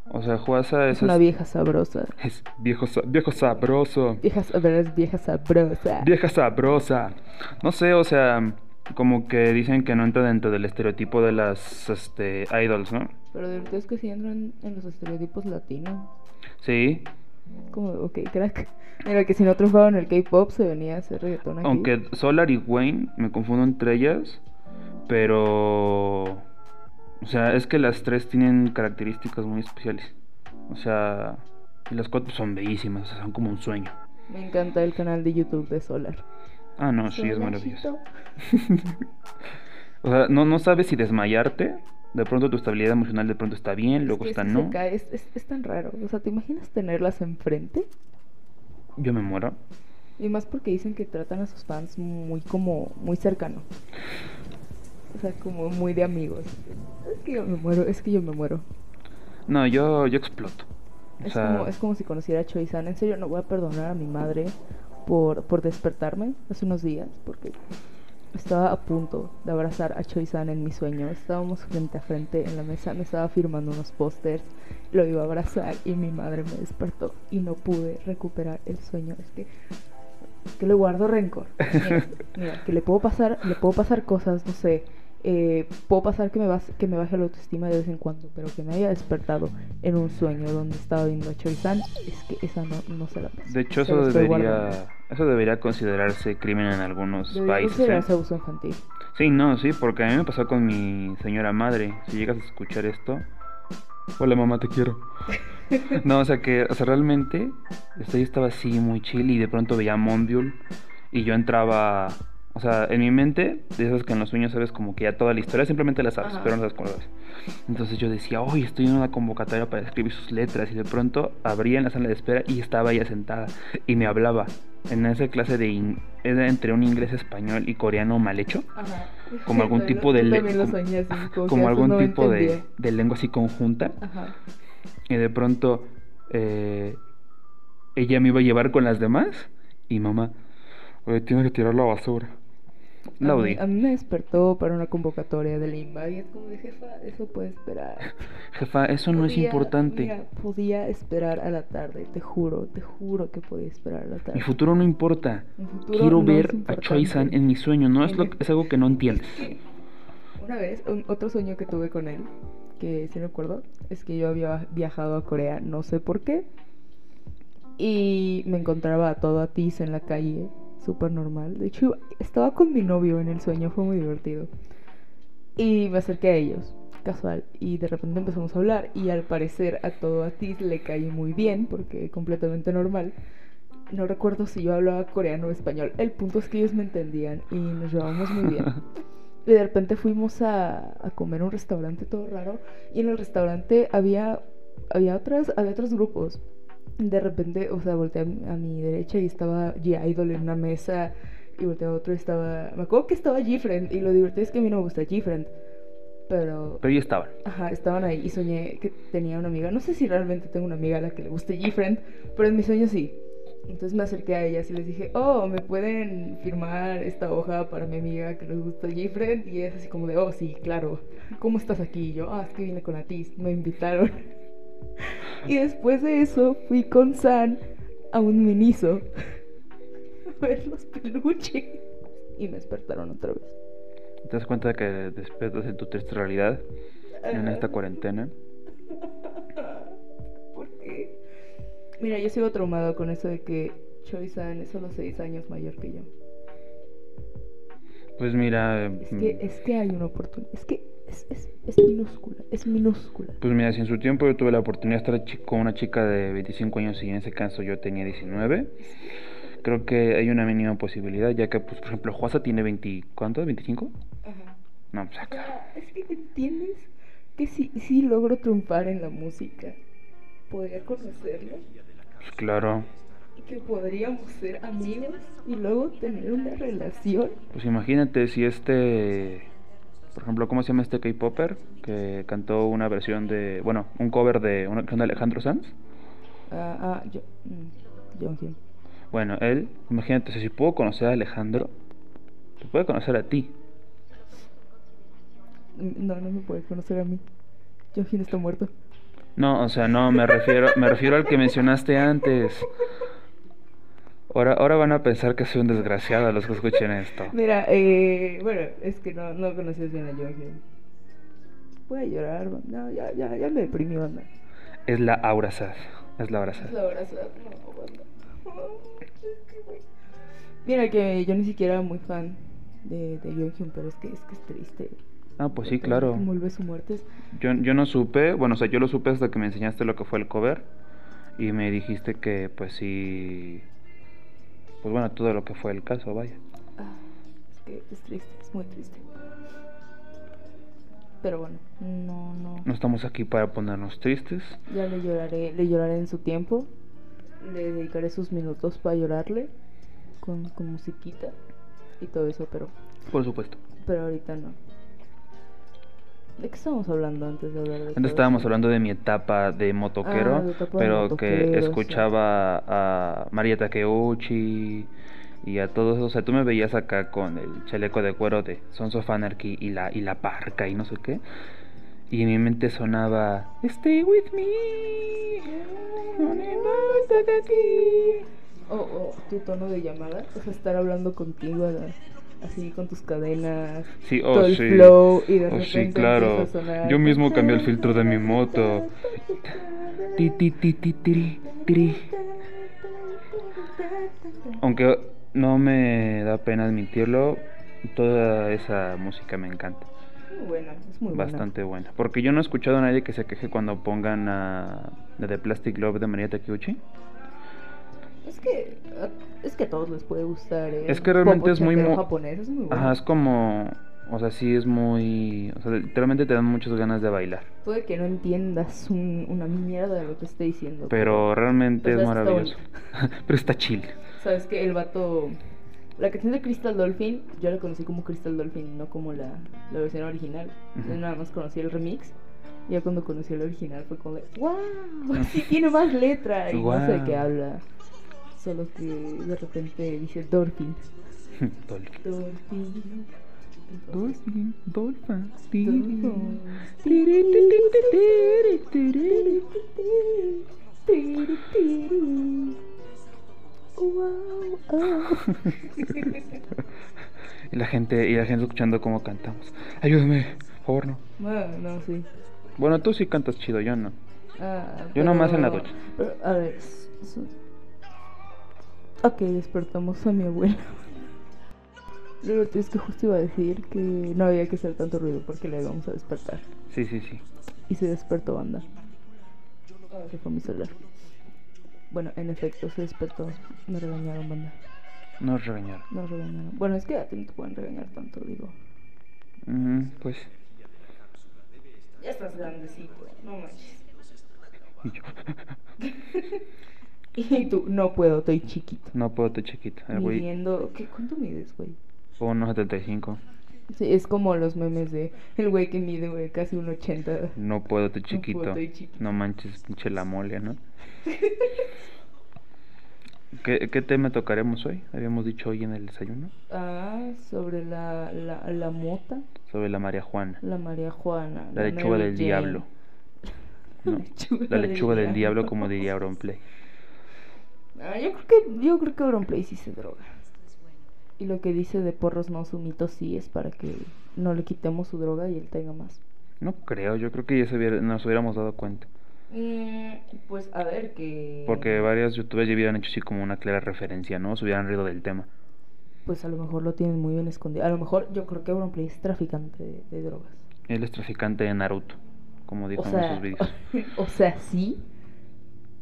[SPEAKER 3] o sea, Juasa es,
[SPEAKER 2] Es una
[SPEAKER 3] as-
[SPEAKER 2] vieja sabrosa.
[SPEAKER 3] es viejo sa- viejo sabroso.
[SPEAKER 2] Vieja, a ver, es vieja sabrosa.
[SPEAKER 3] Vieja sabrosa. No sé, o sea, como que dicen que no entra dentro del estereotipo de las este idols, ¿no?
[SPEAKER 2] Pero de verdad es que sí entran en los estereotipos latinos.
[SPEAKER 3] Sí,
[SPEAKER 2] Como, ok, crack. Mira que si no triunfaba en el K-pop, se venía a hacer reggaetón aquí.
[SPEAKER 3] Aunque Solar y Wayne me confundo entre ellas, pero. O sea, es que las tres tienen características muy especiales. O sea, y las cuatro son bellísimas, o sea, son como un sueño.
[SPEAKER 2] Me encanta el canal de YouTube de Solar.
[SPEAKER 3] Ah, no, sí, es
[SPEAKER 2] Solarcito.
[SPEAKER 3] maravilloso. O sea, no, no sabes si desmayarte. De pronto tu estabilidad emocional de pronto está bien,
[SPEAKER 2] Es
[SPEAKER 3] luego
[SPEAKER 2] que
[SPEAKER 3] está
[SPEAKER 2] sí se
[SPEAKER 3] no.
[SPEAKER 2] cae, Es, es- es tan raro. O sea, ¿te imaginas tenerlas enfrente?
[SPEAKER 3] Yo me muero.
[SPEAKER 2] Y más porque dicen que tratan a sus fans muy como, muy cercano. O sea, como muy de amigos. Es que yo me muero, es que yo me muero.
[SPEAKER 3] No, yo, yo exploto. O
[SPEAKER 2] Es,
[SPEAKER 3] sea,
[SPEAKER 2] como, es como si conociera a Choi-san. En serio, no voy a perdonar a mi madre por, por despertarme hace unos días. Porque estaba a punto de abrazar a Choi-san en mi sueño. Estábamos frente a frente en la mesa. Me estaba firmando unos pósters. Lo iba a abrazar y mi madre me despertó. Y no pude recuperar el sueño. Es que, es que le guardo
[SPEAKER 3] (laughs)
[SPEAKER 2] rencor. Mira, mira, que le puedo pasar, le puedo pasar cosas, no sé. eh, puedo pasar que me, bas- que me baje la autoestima de vez en cuando, pero que me haya despertado en un sueño donde estaba viendo a Choi-san, es que esa no, no se la paso.
[SPEAKER 3] de hecho,
[SPEAKER 2] Se la
[SPEAKER 3] eso
[SPEAKER 2] estoy
[SPEAKER 3] debería,
[SPEAKER 2] guardando.
[SPEAKER 3] eso debería considerarse crimen en algunos
[SPEAKER 2] Debería
[SPEAKER 3] países. ¿eh?
[SPEAKER 2] considerarse abuso infantil.
[SPEAKER 3] Sí, no, sí, porque a mí me pasó con mi señora madre. Si llegas a escuchar esto, hola mamá, te
[SPEAKER 2] (laughs)
[SPEAKER 3] quiero. no, o sea que, o sea, realmente, este, yo estaba así muy chill y de pronto veía a Mondial y yo entraba, o sea, en mi mente, de esas que en los sueños sabes como que ya toda la historia, simplemente la sabes,
[SPEAKER 2] Ajá.
[SPEAKER 3] pero no las acuerdas. Entonces yo decía, hoy estoy en una convocatoria para escribir sus letras y de pronto abría en la sala de espera y estaba ella sentada y me hablaba. En esa clase de... in- era entre un inglés español y coreano mal hecho
[SPEAKER 2] Ajá. (laughs)
[SPEAKER 3] como algún tipo de
[SPEAKER 2] Yo
[SPEAKER 3] le-
[SPEAKER 2] también lo
[SPEAKER 3] como-
[SPEAKER 2] soñé así,
[SPEAKER 3] ah,
[SPEAKER 2] como,
[SPEAKER 3] como,
[SPEAKER 2] que antes
[SPEAKER 3] algún
[SPEAKER 2] no
[SPEAKER 3] tipo de,
[SPEAKER 2] entendía.
[SPEAKER 3] de lengua así conjunta
[SPEAKER 2] Ajá.
[SPEAKER 3] y de pronto eh, ella me iba a llevar con las demás y mamá oye tienes que tirar la basura la
[SPEAKER 2] A mí-
[SPEAKER 3] odié.
[SPEAKER 2] A, mí, me despertó para una convocatoria de Limba y es como de jefa, eso puede esperar.
[SPEAKER 3] jefa eso no es
[SPEAKER 2] Podía-
[SPEAKER 3] importante
[SPEAKER 2] Mira, podía esperar a la tarde, te juro, te juro que podía esperar a la tarde.
[SPEAKER 3] mi futuro no importa
[SPEAKER 2] Mi futuro
[SPEAKER 3] quiero
[SPEAKER 2] no es
[SPEAKER 3] ver a
[SPEAKER 2] importante.
[SPEAKER 3] Choi-san en mi sueño no es lo
[SPEAKER 2] En-
[SPEAKER 3] es algo que no entiendes
[SPEAKER 2] Una vez, un- otro sueño que tuve con él, que sí recuerdo, es que yo había viajado a Corea, no sé por qué, y me encontraba a todo a tiz en la calle, súper normal. De hecho, iba- estaba con mi novio en el sueño, fue muy divertido. Y me acerqué a ellos, casual, y de repente empezamos a hablar, y al parecer a todo a tiz le caí muy bien, porque completamente normal. No recuerdo si yo hablaba coreano o español. El punto es que ellos me entendían y nos llevábamos muy bien. Y de repente fuimos a, a comer a un restaurante todo raro. Y en el restaurante había, había, otras, había otros grupos. De repente, o sea, volteé a mi, a mi derecha y estaba G-Idol en una mesa. Y volteé a otro y estaba. Me acuerdo que estaba G-Friend. Y lo divertido es que a mí no me gusta G-Friend.
[SPEAKER 3] (laughs)
[SPEAKER 2] Pero.
[SPEAKER 3] pero ahí estaban
[SPEAKER 2] Ajá, estaban ahí y soñé que tenía una amiga. No sé si realmente tengo una amiga a la que le guste G-Friend, pero en mi sueño sí. Entonces me acerqué a ellas y les dije, oh, ¿me pueden firmar esta hoja para mi amiga que les gusta Gifred? Y es así como de, oh, sí, claro, ¿cómo estás aquí? Y yo, ah, es que vine con la TIS, me invitaron. (laughs) Y después de eso fui con San a un miniso (laughs) a ver los peluches. Y me despertaron otra vez.
[SPEAKER 3] ¿Te das cuenta de que despiertas en tu triste realidad en esta cuarentena?
[SPEAKER 2] ¿Por qué? Mira, yo sigo traumado con eso de que Choi San es solo 6 años mayor que yo.
[SPEAKER 3] Pues mira, eh,
[SPEAKER 2] Es que, es que hay una oportunidad. Es que es, es, es minúscula, es minúscula.
[SPEAKER 3] pues mira, si en su tiempo yo tuve la oportunidad de estar chi- con una chica de 25 años y en ese caso yo tenía 19, creo que hay una mínima posibilidad, ya que, pues, por ejemplo, Juasa tiene 20, ¿cuánto? ¿25?
[SPEAKER 2] Ajá.
[SPEAKER 3] No, pues, ah,
[SPEAKER 2] O
[SPEAKER 3] claro.
[SPEAKER 2] sea, es que entiendes que si, si logro triunfar en la música, podría conocerlo
[SPEAKER 3] Pues claro.
[SPEAKER 2] y que podríamos ser amigos y luego tener una relación.
[SPEAKER 3] Pues imagínate si este, por ejemplo, ¿cómo se llama este K-Popper? Que cantó una versión de, bueno, un cover de una canción de Alejandro Sanz.
[SPEAKER 2] Ah, ah, yo. mm, John Hyun.
[SPEAKER 3] Bueno, él, imagínate, si puedo conocer a Alejandro, se puede conocer a ti.
[SPEAKER 2] Mm, No, no me puede conocer a mí. John Hyun está muerto.
[SPEAKER 3] No, o sea, no, me refiero, me refiero al que mencionaste antes. Ahora, ahora van a pensar que soy un desgraciado los que escuchen esto.
[SPEAKER 2] Mira, eh, bueno, es que no, no conoces bien a John Hyun. Voy a llorar, banda. no, ya, ya, ya me deprimí, banda.
[SPEAKER 3] Es la Aura Saz, es la Aura Saz.
[SPEAKER 2] Es la abrazada, no, banda. Mira que yo ni siquiera era muy fan de, de John Hyun, pero es que es que es triste.
[SPEAKER 3] Ah, pues sí,
[SPEAKER 2] Todo
[SPEAKER 3] claro.
[SPEAKER 2] Como él ve su muerte es-
[SPEAKER 3] Yo, yo no supe, bueno, o sea, yo lo supe hasta que me enseñaste lo que fue el cover y me dijiste que, pues sí, pues bueno, todo lo que fue el caso, vaya.
[SPEAKER 2] Ah, es que es triste, es muy triste. Pero bueno, no, no.
[SPEAKER 3] No estamos aquí para ponernos tristes.
[SPEAKER 2] Ya le lloraré, le lloraré en su tiempo. Le dedicaré sus minutos para llorarle con, con musiquita y todo eso, pero
[SPEAKER 3] Por supuesto.
[SPEAKER 2] pero ahorita no. ¿De qué estábamos hablando antes de hablar de todo
[SPEAKER 3] Antes estábamos
[SPEAKER 2] eso?
[SPEAKER 3] hablando de mi etapa de motoquero,
[SPEAKER 2] Ah, de etapa de
[SPEAKER 3] pero que
[SPEAKER 2] motoquero,
[SPEAKER 3] escuchaba a María Takeuchi y a todos esos. O sea, tú me veías acá con el chaleco de cuero de Sons of Anarchy y la, y la parca y no sé qué. Y en mi mente sonaba Stay with me.
[SPEAKER 2] O o tu tono de llamada, o sea, estar hablando contigo a la- así con tus cadenas,
[SPEAKER 3] Sí, oh,
[SPEAKER 2] todo el
[SPEAKER 3] sí.
[SPEAKER 2] flow y de
[SPEAKER 3] Oh,
[SPEAKER 2] repente
[SPEAKER 3] sí, claro.
[SPEAKER 2] empieza a sonar-
[SPEAKER 3] Yo mismo cambié el filtro de mi moto. Ti, ti, ti, ti, tiri, tiri. Aunque no me da pena admitirlo, toda esa música me encanta.
[SPEAKER 2] Muy buena, es muy buena.
[SPEAKER 3] Bastante buena. Porque yo no he escuchado a nadie que se queje cuando pongan a la de Plastic Love de María Takiuchi.
[SPEAKER 2] Es que ah, es que a todos les puede gustar. ¿eh?
[SPEAKER 3] Es que realmente
[SPEAKER 2] Pop
[SPEAKER 3] es muy
[SPEAKER 2] ochentero
[SPEAKER 3] mo-
[SPEAKER 2] japonés, es muy bueno.
[SPEAKER 3] Ajá, es como... O sea, sí es muy... O sea, literalmente te dan muchas ganas de bailar.
[SPEAKER 2] Puede que no entiendas un- una mierda de lo que esté diciendo.
[SPEAKER 3] Pero realmente
[SPEAKER 2] Pero
[SPEAKER 3] es
[SPEAKER 2] sabes que
[SPEAKER 3] maravilloso. (laughs)
[SPEAKER 2] Pues está
[SPEAKER 3] Pero está chill.
[SPEAKER 2] sabes que el vato la canción de Crystal Dolphin, yo la conocí como Crystal Dolphin, no como la, la versión original.
[SPEAKER 3] Ujú.
[SPEAKER 2] Yo nada más conocí el remix. y Ya cuando conocí el original fue como de ¡Wow! Sí tiene más letra y no sé de qué
[SPEAKER 3] Guau.
[SPEAKER 2] habla. Solo que de repente dice Dolphin.
[SPEAKER 3] Dolphin.
[SPEAKER 2] Dolphin. Entonces,
[SPEAKER 3] Dolphin, dolphin,
[SPEAKER 2] Dolphin.
[SPEAKER 3] Tiri, tiri, tiri, tiri, tiri.
[SPEAKER 2] Wow, oh.
[SPEAKER 3] Y la gente, y la gente escuchando cómo cantamos. Ayúdame, por favor, no.
[SPEAKER 2] Bueno, no, sí.
[SPEAKER 3] Bueno, tú sí cantas chido, yo no.
[SPEAKER 2] Ah,
[SPEAKER 3] Yo nomás en la
[SPEAKER 2] pero-
[SPEAKER 3] ducha.
[SPEAKER 2] pero, a ver. s- s- Ok, despertamos a mi abuela. Lo divertido es que justo iba a decir que no había que hacer tanto ruido porque le íbamos a despertar.
[SPEAKER 3] Sí, sí, sí.
[SPEAKER 2] Y se despertó banda. Se fue mi celular. Bueno, en efecto, se despertó. Me regañaron banda.
[SPEAKER 3] No regañar.
[SPEAKER 2] Nos regañaron. Bueno, es que a ti no te pueden regañar tanto, digo.
[SPEAKER 3] Ujú, pues.
[SPEAKER 2] Ya estás grandecito, no manches.
[SPEAKER 3] Y yo, (laughs)
[SPEAKER 2] Y tú, no puedo, estoy chiquito.
[SPEAKER 3] no puedo, te chiquito. El güey,
[SPEAKER 2] Midiendo, ¿qué, ¿cuánto mides, güey?
[SPEAKER 3] fue unos 75.
[SPEAKER 2] Sí, es como los memes de el güey que mide güey, casi un 80.
[SPEAKER 3] No puedo, te chiquito.
[SPEAKER 2] estoy chiquito.
[SPEAKER 3] (laughs) No manches, pinche la mole, ¿no? ¿Qué, qué tema tocaremos hoy? Habíamos dicho hoy en el desayuno
[SPEAKER 2] Ah, sobre la, la, la mota,
[SPEAKER 3] sobre la María Juana,
[SPEAKER 2] la María Juana.
[SPEAKER 3] la lechuga
[SPEAKER 2] Mary
[SPEAKER 3] del
[SPEAKER 2] Jane.
[SPEAKER 3] diablo. (laughs) ¿no? La lechuga del diablo, como diría Auron Play.
[SPEAKER 2] Ah, yo creo que yo creo que Auronplay sí se droga. Y lo que dice de porros no sumito sí es para que no le quitemos su droga y él tenga más.
[SPEAKER 3] No creo, yo creo que ya se hubiera- nos hubiéramos dado cuenta.
[SPEAKER 2] pues a ver que
[SPEAKER 3] Porque varias youtubers ya hubieran hecho así como una clara referencia, ¿no? Se hubieran reído del tema.
[SPEAKER 2] pues a lo mejor lo tienen muy bien escondido. A lo mejor yo creo que Auronplay es traficante de, de drogas.
[SPEAKER 3] Él es traficante de Naruto, como dijo
[SPEAKER 2] O sea,
[SPEAKER 3] en sus vídeos.
[SPEAKER 2] (laughs) o sea, sí.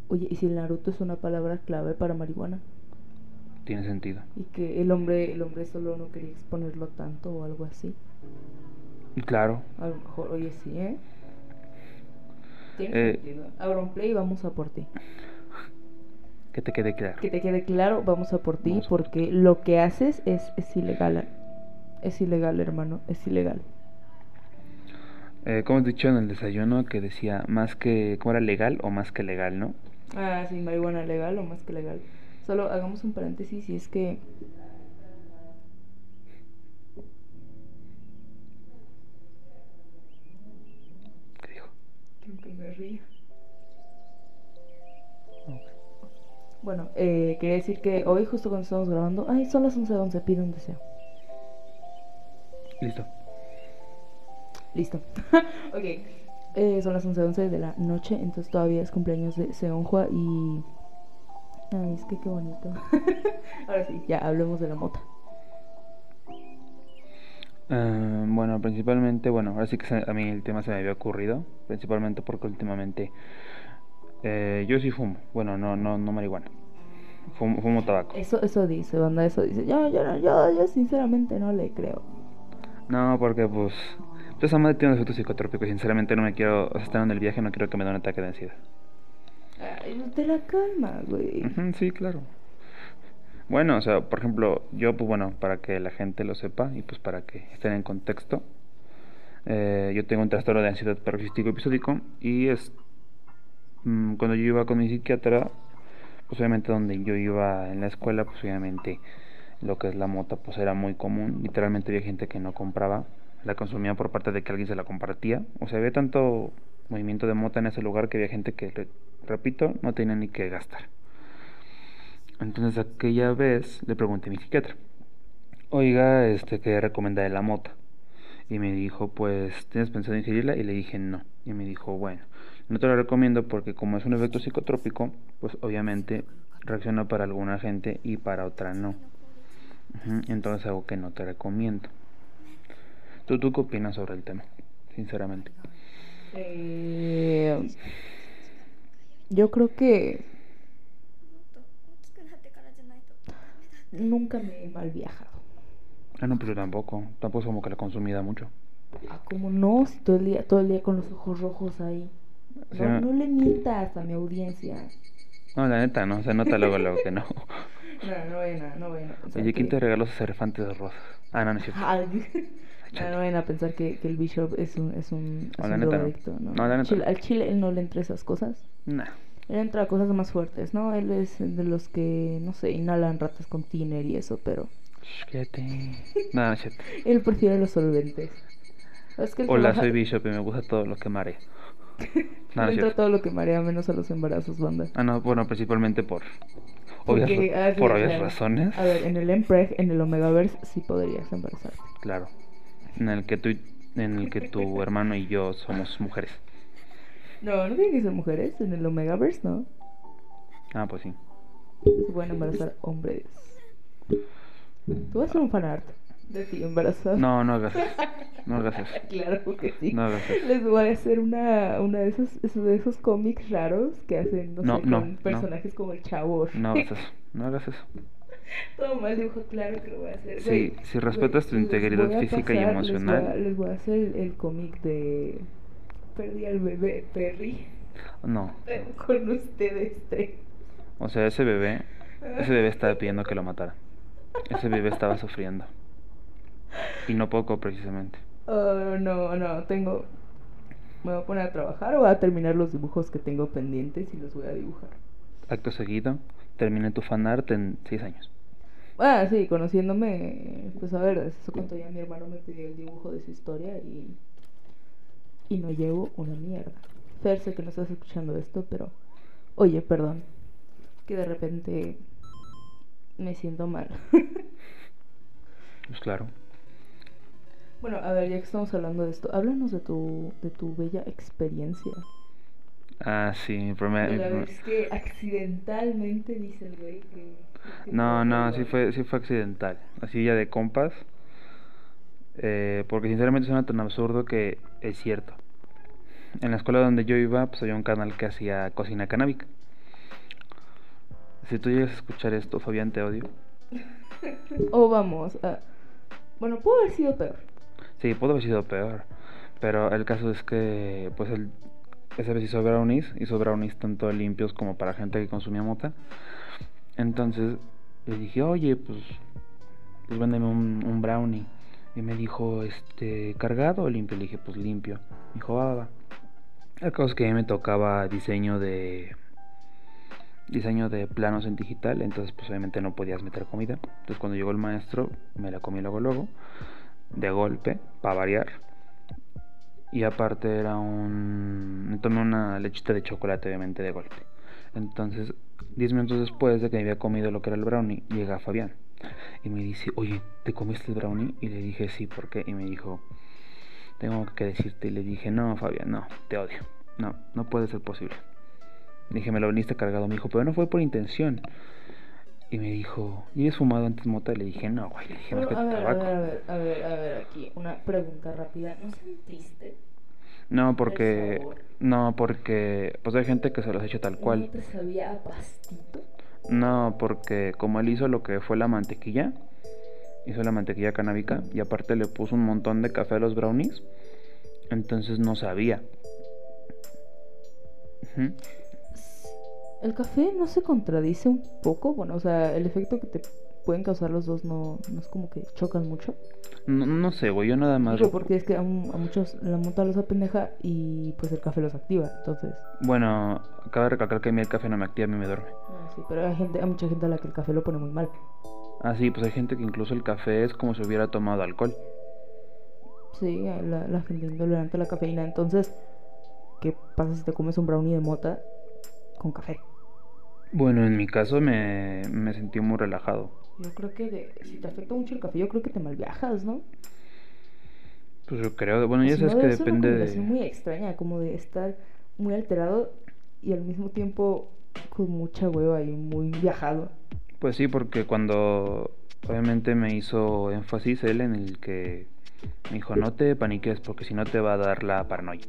[SPEAKER 2] Oye, ¿y si el Naruto es una palabra clave para marihuana?
[SPEAKER 3] Tiene sentido.
[SPEAKER 2] Y que el hombre, el hombre solo no quería exponerlo tanto o algo así.
[SPEAKER 3] Claro,
[SPEAKER 2] A lo mejor, oye, sí, ¿eh?
[SPEAKER 3] Eh.
[SPEAKER 2] Tiene sentido. Auronplay, vamos a por ti.
[SPEAKER 3] que te quede claro.
[SPEAKER 2] Que te quede claro, vamos a por ti
[SPEAKER 3] Vamos a por
[SPEAKER 2] porque lo que haces es, es ilegal. Es ilegal, hermano, es ilegal.
[SPEAKER 3] Eh, como he dicho en el desayuno, que decía más que. ¿Cómo era legal o más que legal, no?
[SPEAKER 2] Ah, sí, marihuana legal o más que legal. Solo hagamos un paréntesis y es que...
[SPEAKER 3] ¿Qué dijo?
[SPEAKER 2] Creo que me río.
[SPEAKER 3] Ok.
[SPEAKER 2] Bueno, eh, quería decir que hoy justo cuando estamos grabando... Ay, son las 11.11, pide un deseo.
[SPEAKER 3] Listo.
[SPEAKER 2] Listo. (laughs) ok. Eh, son las 11.11 de la noche, entonces todavía es cumpleaños de Seonjua y... Ay, es que qué bonito. (laughs) Ahora sí, ya hablemos de la mota.
[SPEAKER 3] Eh, bueno, principalmente, bueno, ahora sí que se- a mí el tema se me había ocurrido, principalmente porque últimamente eh, yo sí fumo, bueno, no, no, no marihuana, fumo, fumo tabaco.
[SPEAKER 2] Eso, eso dice, banda, eso dice. Yo, yo, no- yo, yo sinceramente no le creo.
[SPEAKER 3] No, porque pues, pues esa madre tiene un efecto psicotrópico y sinceramente no me quiero, o sea, estar en el viaje no quiero que me dé un ataque de ansiedad.
[SPEAKER 2] Ay, te la calma, güey.
[SPEAKER 3] Ujú, sí, claro. Bueno, o sea, por ejemplo, yo, pues bueno, para que la gente lo sepa y pues para que estén en contexto, eh, yo tengo un trastorno de ansiedad paroxístico episódico y es mm, cuando yo iba con mi psiquiatra, pues obviamente donde yo iba en la escuela, pues obviamente lo que es la mota, pues era muy común. Literalmente había gente que no compraba, la consumía por parte de que alguien se la compartía. O sea, había tanto movimiento de mota en ese lugar que había gente que, re- repito, no tenía ni que gastar. Entonces aquella vez le pregunté a mi psiquiatra, oiga, este, ¿qué recomienda de la mota? Y me dijo, pues, ¿tienes pensado ingerirla? Y le dije, no. Y me dijo, bueno, no te la recomiendo porque como es un efecto psicotrópico, pues obviamente reacciona para alguna gente y para otra no. Ujú, Entonces algo que no te recomiendo. ¿Tú, ¿Tú qué opinas sobre el tema? Sinceramente.
[SPEAKER 2] Eh, yo creo que nunca me he mal viajado.
[SPEAKER 3] Ah, no, pues yo tampoco. Tampoco es como que la consumida mucho.
[SPEAKER 2] Ah, como no, si todo el día, todo el día con los ojos rojos ahí.
[SPEAKER 3] Sí,
[SPEAKER 2] No,
[SPEAKER 3] me-
[SPEAKER 2] no le mientas a mi audiencia.
[SPEAKER 3] No, la neta, no. Se nota luego, luego que
[SPEAKER 2] (laughs)
[SPEAKER 3] no.
[SPEAKER 2] No, no vayan a, no vayan a pensar
[SPEAKER 3] Oye, ¿quién
[SPEAKER 2] que-
[SPEAKER 3] te regaló esos elefantes de rosas? Ah, no, no es cierto.
[SPEAKER 2] Ay, (laughs) no, no vayan a pensar que, que el Bishop es un, es un,
[SPEAKER 3] No,
[SPEAKER 2] es
[SPEAKER 3] la
[SPEAKER 2] un
[SPEAKER 3] neta no.
[SPEAKER 2] drogadicto. No,
[SPEAKER 3] No, la neta
[SPEAKER 2] Chile-
[SPEAKER 3] no.
[SPEAKER 2] al Chile él no le entra esas cosas.
[SPEAKER 3] Nah.
[SPEAKER 2] Él entra a cosas más fuertes, ¿no? Él es de los que, no sé, inhalan ratas con tiner y eso, pero
[SPEAKER 3] Shh,
[SPEAKER 2] (laughs)
[SPEAKER 3] Cállate. No, no es cierto.
[SPEAKER 2] él prefiere los solventes. Es que él
[SPEAKER 3] Hola,
[SPEAKER 2] trabaja-
[SPEAKER 3] soy Bishop y me gusta todo lo que
[SPEAKER 2] (laughs)
[SPEAKER 3] marea.
[SPEAKER 2] le
[SPEAKER 3] No, no es
[SPEAKER 2] entra
[SPEAKER 3] cierto.
[SPEAKER 2] todo lo que marea, menos a los embarazos, banda.
[SPEAKER 3] Ah, no, bueno, principalmente por obvias,
[SPEAKER 2] Porque,
[SPEAKER 3] ra-
[SPEAKER 2] ah, sí,
[SPEAKER 3] por
[SPEAKER 2] o
[SPEAKER 3] obvias
[SPEAKER 2] sea,
[SPEAKER 3] razones.
[SPEAKER 2] A ver, en el Empreg, en el Omegaverse, sí podrías embarazarte.
[SPEAKER 3] Claro. En el que tú y- en el que tu hermano y yo somos mujeres.
[SPEAKER 2] No, no tienen que ser mujeres, en el Omegaverse, ¿no?
[SPEAKER 3] Ah, pues sí.
[SPEAKER 2] Se pueden embarazar hombres. Tú vas a hacer un fanart de ti embarazada.
[SPEAKER 3] No, no hagas eso. No hagas eso.
[SPEAKER 2] Claro que sí.
[SPEAKER 3] No hagas eso.
[SPEAKER 2] Les voy a hacer una, una de esos, esos- de esos cómics raros que hacen, no,
[SPEAKER 3] No,
[SPEAKER 2] sé,
[SPEAKER 3] no,
[SPEAKER 2] con
[SPEAKER 3] no.
[SPEAKER 2] personajes como el chavo.
[SPEAKER 3] No hagas eso. No hagas eso.
[SPEAKER 2] Todo mal dibujo, claro que lo voy a hacer.
[SPEAKER 3] Sí,
[SPEAKER 2] Güey,
[SPEAKER 3] si respetas tu
[SPEAKER 2] les
[SPEAKER 3] integridad
[SPEAKER 2] voy a
[SPEAKER 3] física y
[SPEAKER 2] pasar, les voy a- Les
[SPEAKER 3] emocional.
[SPEAKER 2] voy a, hacer el, el cómic de Perdí al bebé Perry (laughs)
[SPEAKER 3] No.
[SPEAKER 2] pero con ustedes tres.
[SPEAKER 3] O sea, ese bebé, ese bebé estaba pidiendo que lo matara. Ese bebé estaba sufriendo. Y no poco, precisamente.
[SPEAKER 2] Oh, no, no, tengo... Me voy a poner a trabajar o voy a terminar los dibujos que tengo pendientes y los voy a dibujar.
[SPEAKER 3] acto seguido, terminé tu fanart en 6 años.
[SPEAKER 2] Ah, sí, conociéndome, pues a ver, desde eso cuando ya mi hermano me pidió el dibujo de su historia y. Y no llevo una mierda. Fer, sé que no estás escuchando esto, pero. Oye, perdón. Que de repente. Me siento mal. (laughs)
[SPEAKER 3] Pues claro.
[SPEAKER 2] bueno, a ver, ya que estamos hablando de esto, háblanos de tu, de tu bella experiencia.
[SPEAKER 3] Ah, sí, mi primer-
[SPEAKER 2] De
[SPEAKER 3] mi
[SPEAKER 2] la
[SPEAKER 3] primer-
[SPEAKER 2] vez que accidentalmente dice el güey que. que
[SPEAKER 3] No,
[SPEAKER 2] fue
[SPEAKER 3] no,
[SPEAKER 2] algo-
[SPEAKER 3] sí fue, sí fue accidental. Así ya de compas. Eh, porque sinceramente suena tan absurdo que es cierto. En la escuela donde yo iba, pues había un canal que hacía cocina canábica. Si tú llegas a escuchar esto, Fabián, te odio.
[SPEAKER 2] O vamos a. Bueno, pudo haber sido peor.
[SPEAKER 3] Sí, pudo haber sido peor. Pero el caso es que, pues, él esa vez hizo brownies. Hizo brownies tanto limpios como para gente que consumía mota. Entonces le dije, oye, pues, pues véndeme un, un brownie. Y me dijo, este, ¿cargado o limpio? Le dije, pues limpio. Me dijo, "Ah, va, va, va. El caso es que a mí me tocaba diseño de. Diseño de planos en digital, entonces pues obviamente no podías meter comida. Entonces cuando llegó el maestro, me la comí luego luego de golpe, para variar. Y aparte era un... me Tomé una lechita de chocolate, obviamente, de golpe. Entonces, 10 minutos después de que había comido lo que era el brownie, llega Fabián. Y me dice, oye, ¿te comiste el brownie? Y le dije, sí, ¿por qué? Y me dijo, tengo que decirte. Y le dije, no, Fabián, no, te odio. No, no puede ser posible. Le dije, me lo viniste cargado. Me dijo, pero no fue por intención. Y me dijo, ¿y has fumado antes mota? Y le dije, no, güey. Le dije,
[SPEAKER 2] Bueno,
[SPEAKER 3] "Márcate
[SPEAKER 2] a ver, a
[SPEAKER 3] tabaco".
[SPEAKER 2] ver, a ver, a ver, a ver, aquí una pregunta rápida. ¿No sentiste?
[SPEAKER 3] No, porque.
[SPEAKER 2] sabor.
[SPEAKER 3] No, porque. Pues hay gente que se los echa tal
[SPEAKER 2] ¿No
[SPEAKER 3] cual.
[SPEAKER 2] te sabía a pastito?
[SPEAKER 3] No, porque como él hizo lo que fue la mantequilla, hizo la mantequilla canábica y aparte le puso un montón de café a los brownies, entonces no sabía. Ujú.
[SPEAKER 2] El café no se contradice un poco, bueno, o sea, el efecto que te pueden causar los dos no, no es como que chocan mucho.
[SPEAKER 3] No, no sé, güey, yo nada más.
[SPEAKER 2] Digo, porque es que a, mu- a muchos la mota los apendeja y pues el café los activa, entonces.
[SPEAKER 3] Bueno, acabo de recalcar que a mí el café no me activa, a mí me duerme.
[SPEAKER 2] no, Ah, sí, pero hay gente, hay mucha gente a la que el café lo pone muy mal.
[SPEAKER 3] Ah, sí, pues hay gente que incluso el café es como si hubiera tomado alcohol.
[SPEAKER 2] Sí, a la, la gente intolerante a la cafeína. Entonces, ¿qué pasa si te comes un brownie de mota con café?
[SPEAKER 3] Bueno, en mi caso me, me sentí muy relajado.
[SPEAKER 2] Yo creo que de- si te afecta mucho el café, yo creo que te malviajas, ¿no?
[SPEAKER 3] Pues yo creo, bueno, ya
[SPEAKER 2] Si no,
[SPEAKER 3] sabes que
[SPEAKER 2] debe ser
[SPEAKER 3] depende
[SPEAKER 2] una
[SPEAKER 3] de...
[SPEAKER 2] combinación muy extraña, como de estar muy alterado y al mismo tiempo con mucha hueva y muy viajado.
[SPEAKER 3] Pues sí, porque cuando obviamente me hizo énfasis él en el que me dijo, no te paniques porque si no te va a dar la paranoia.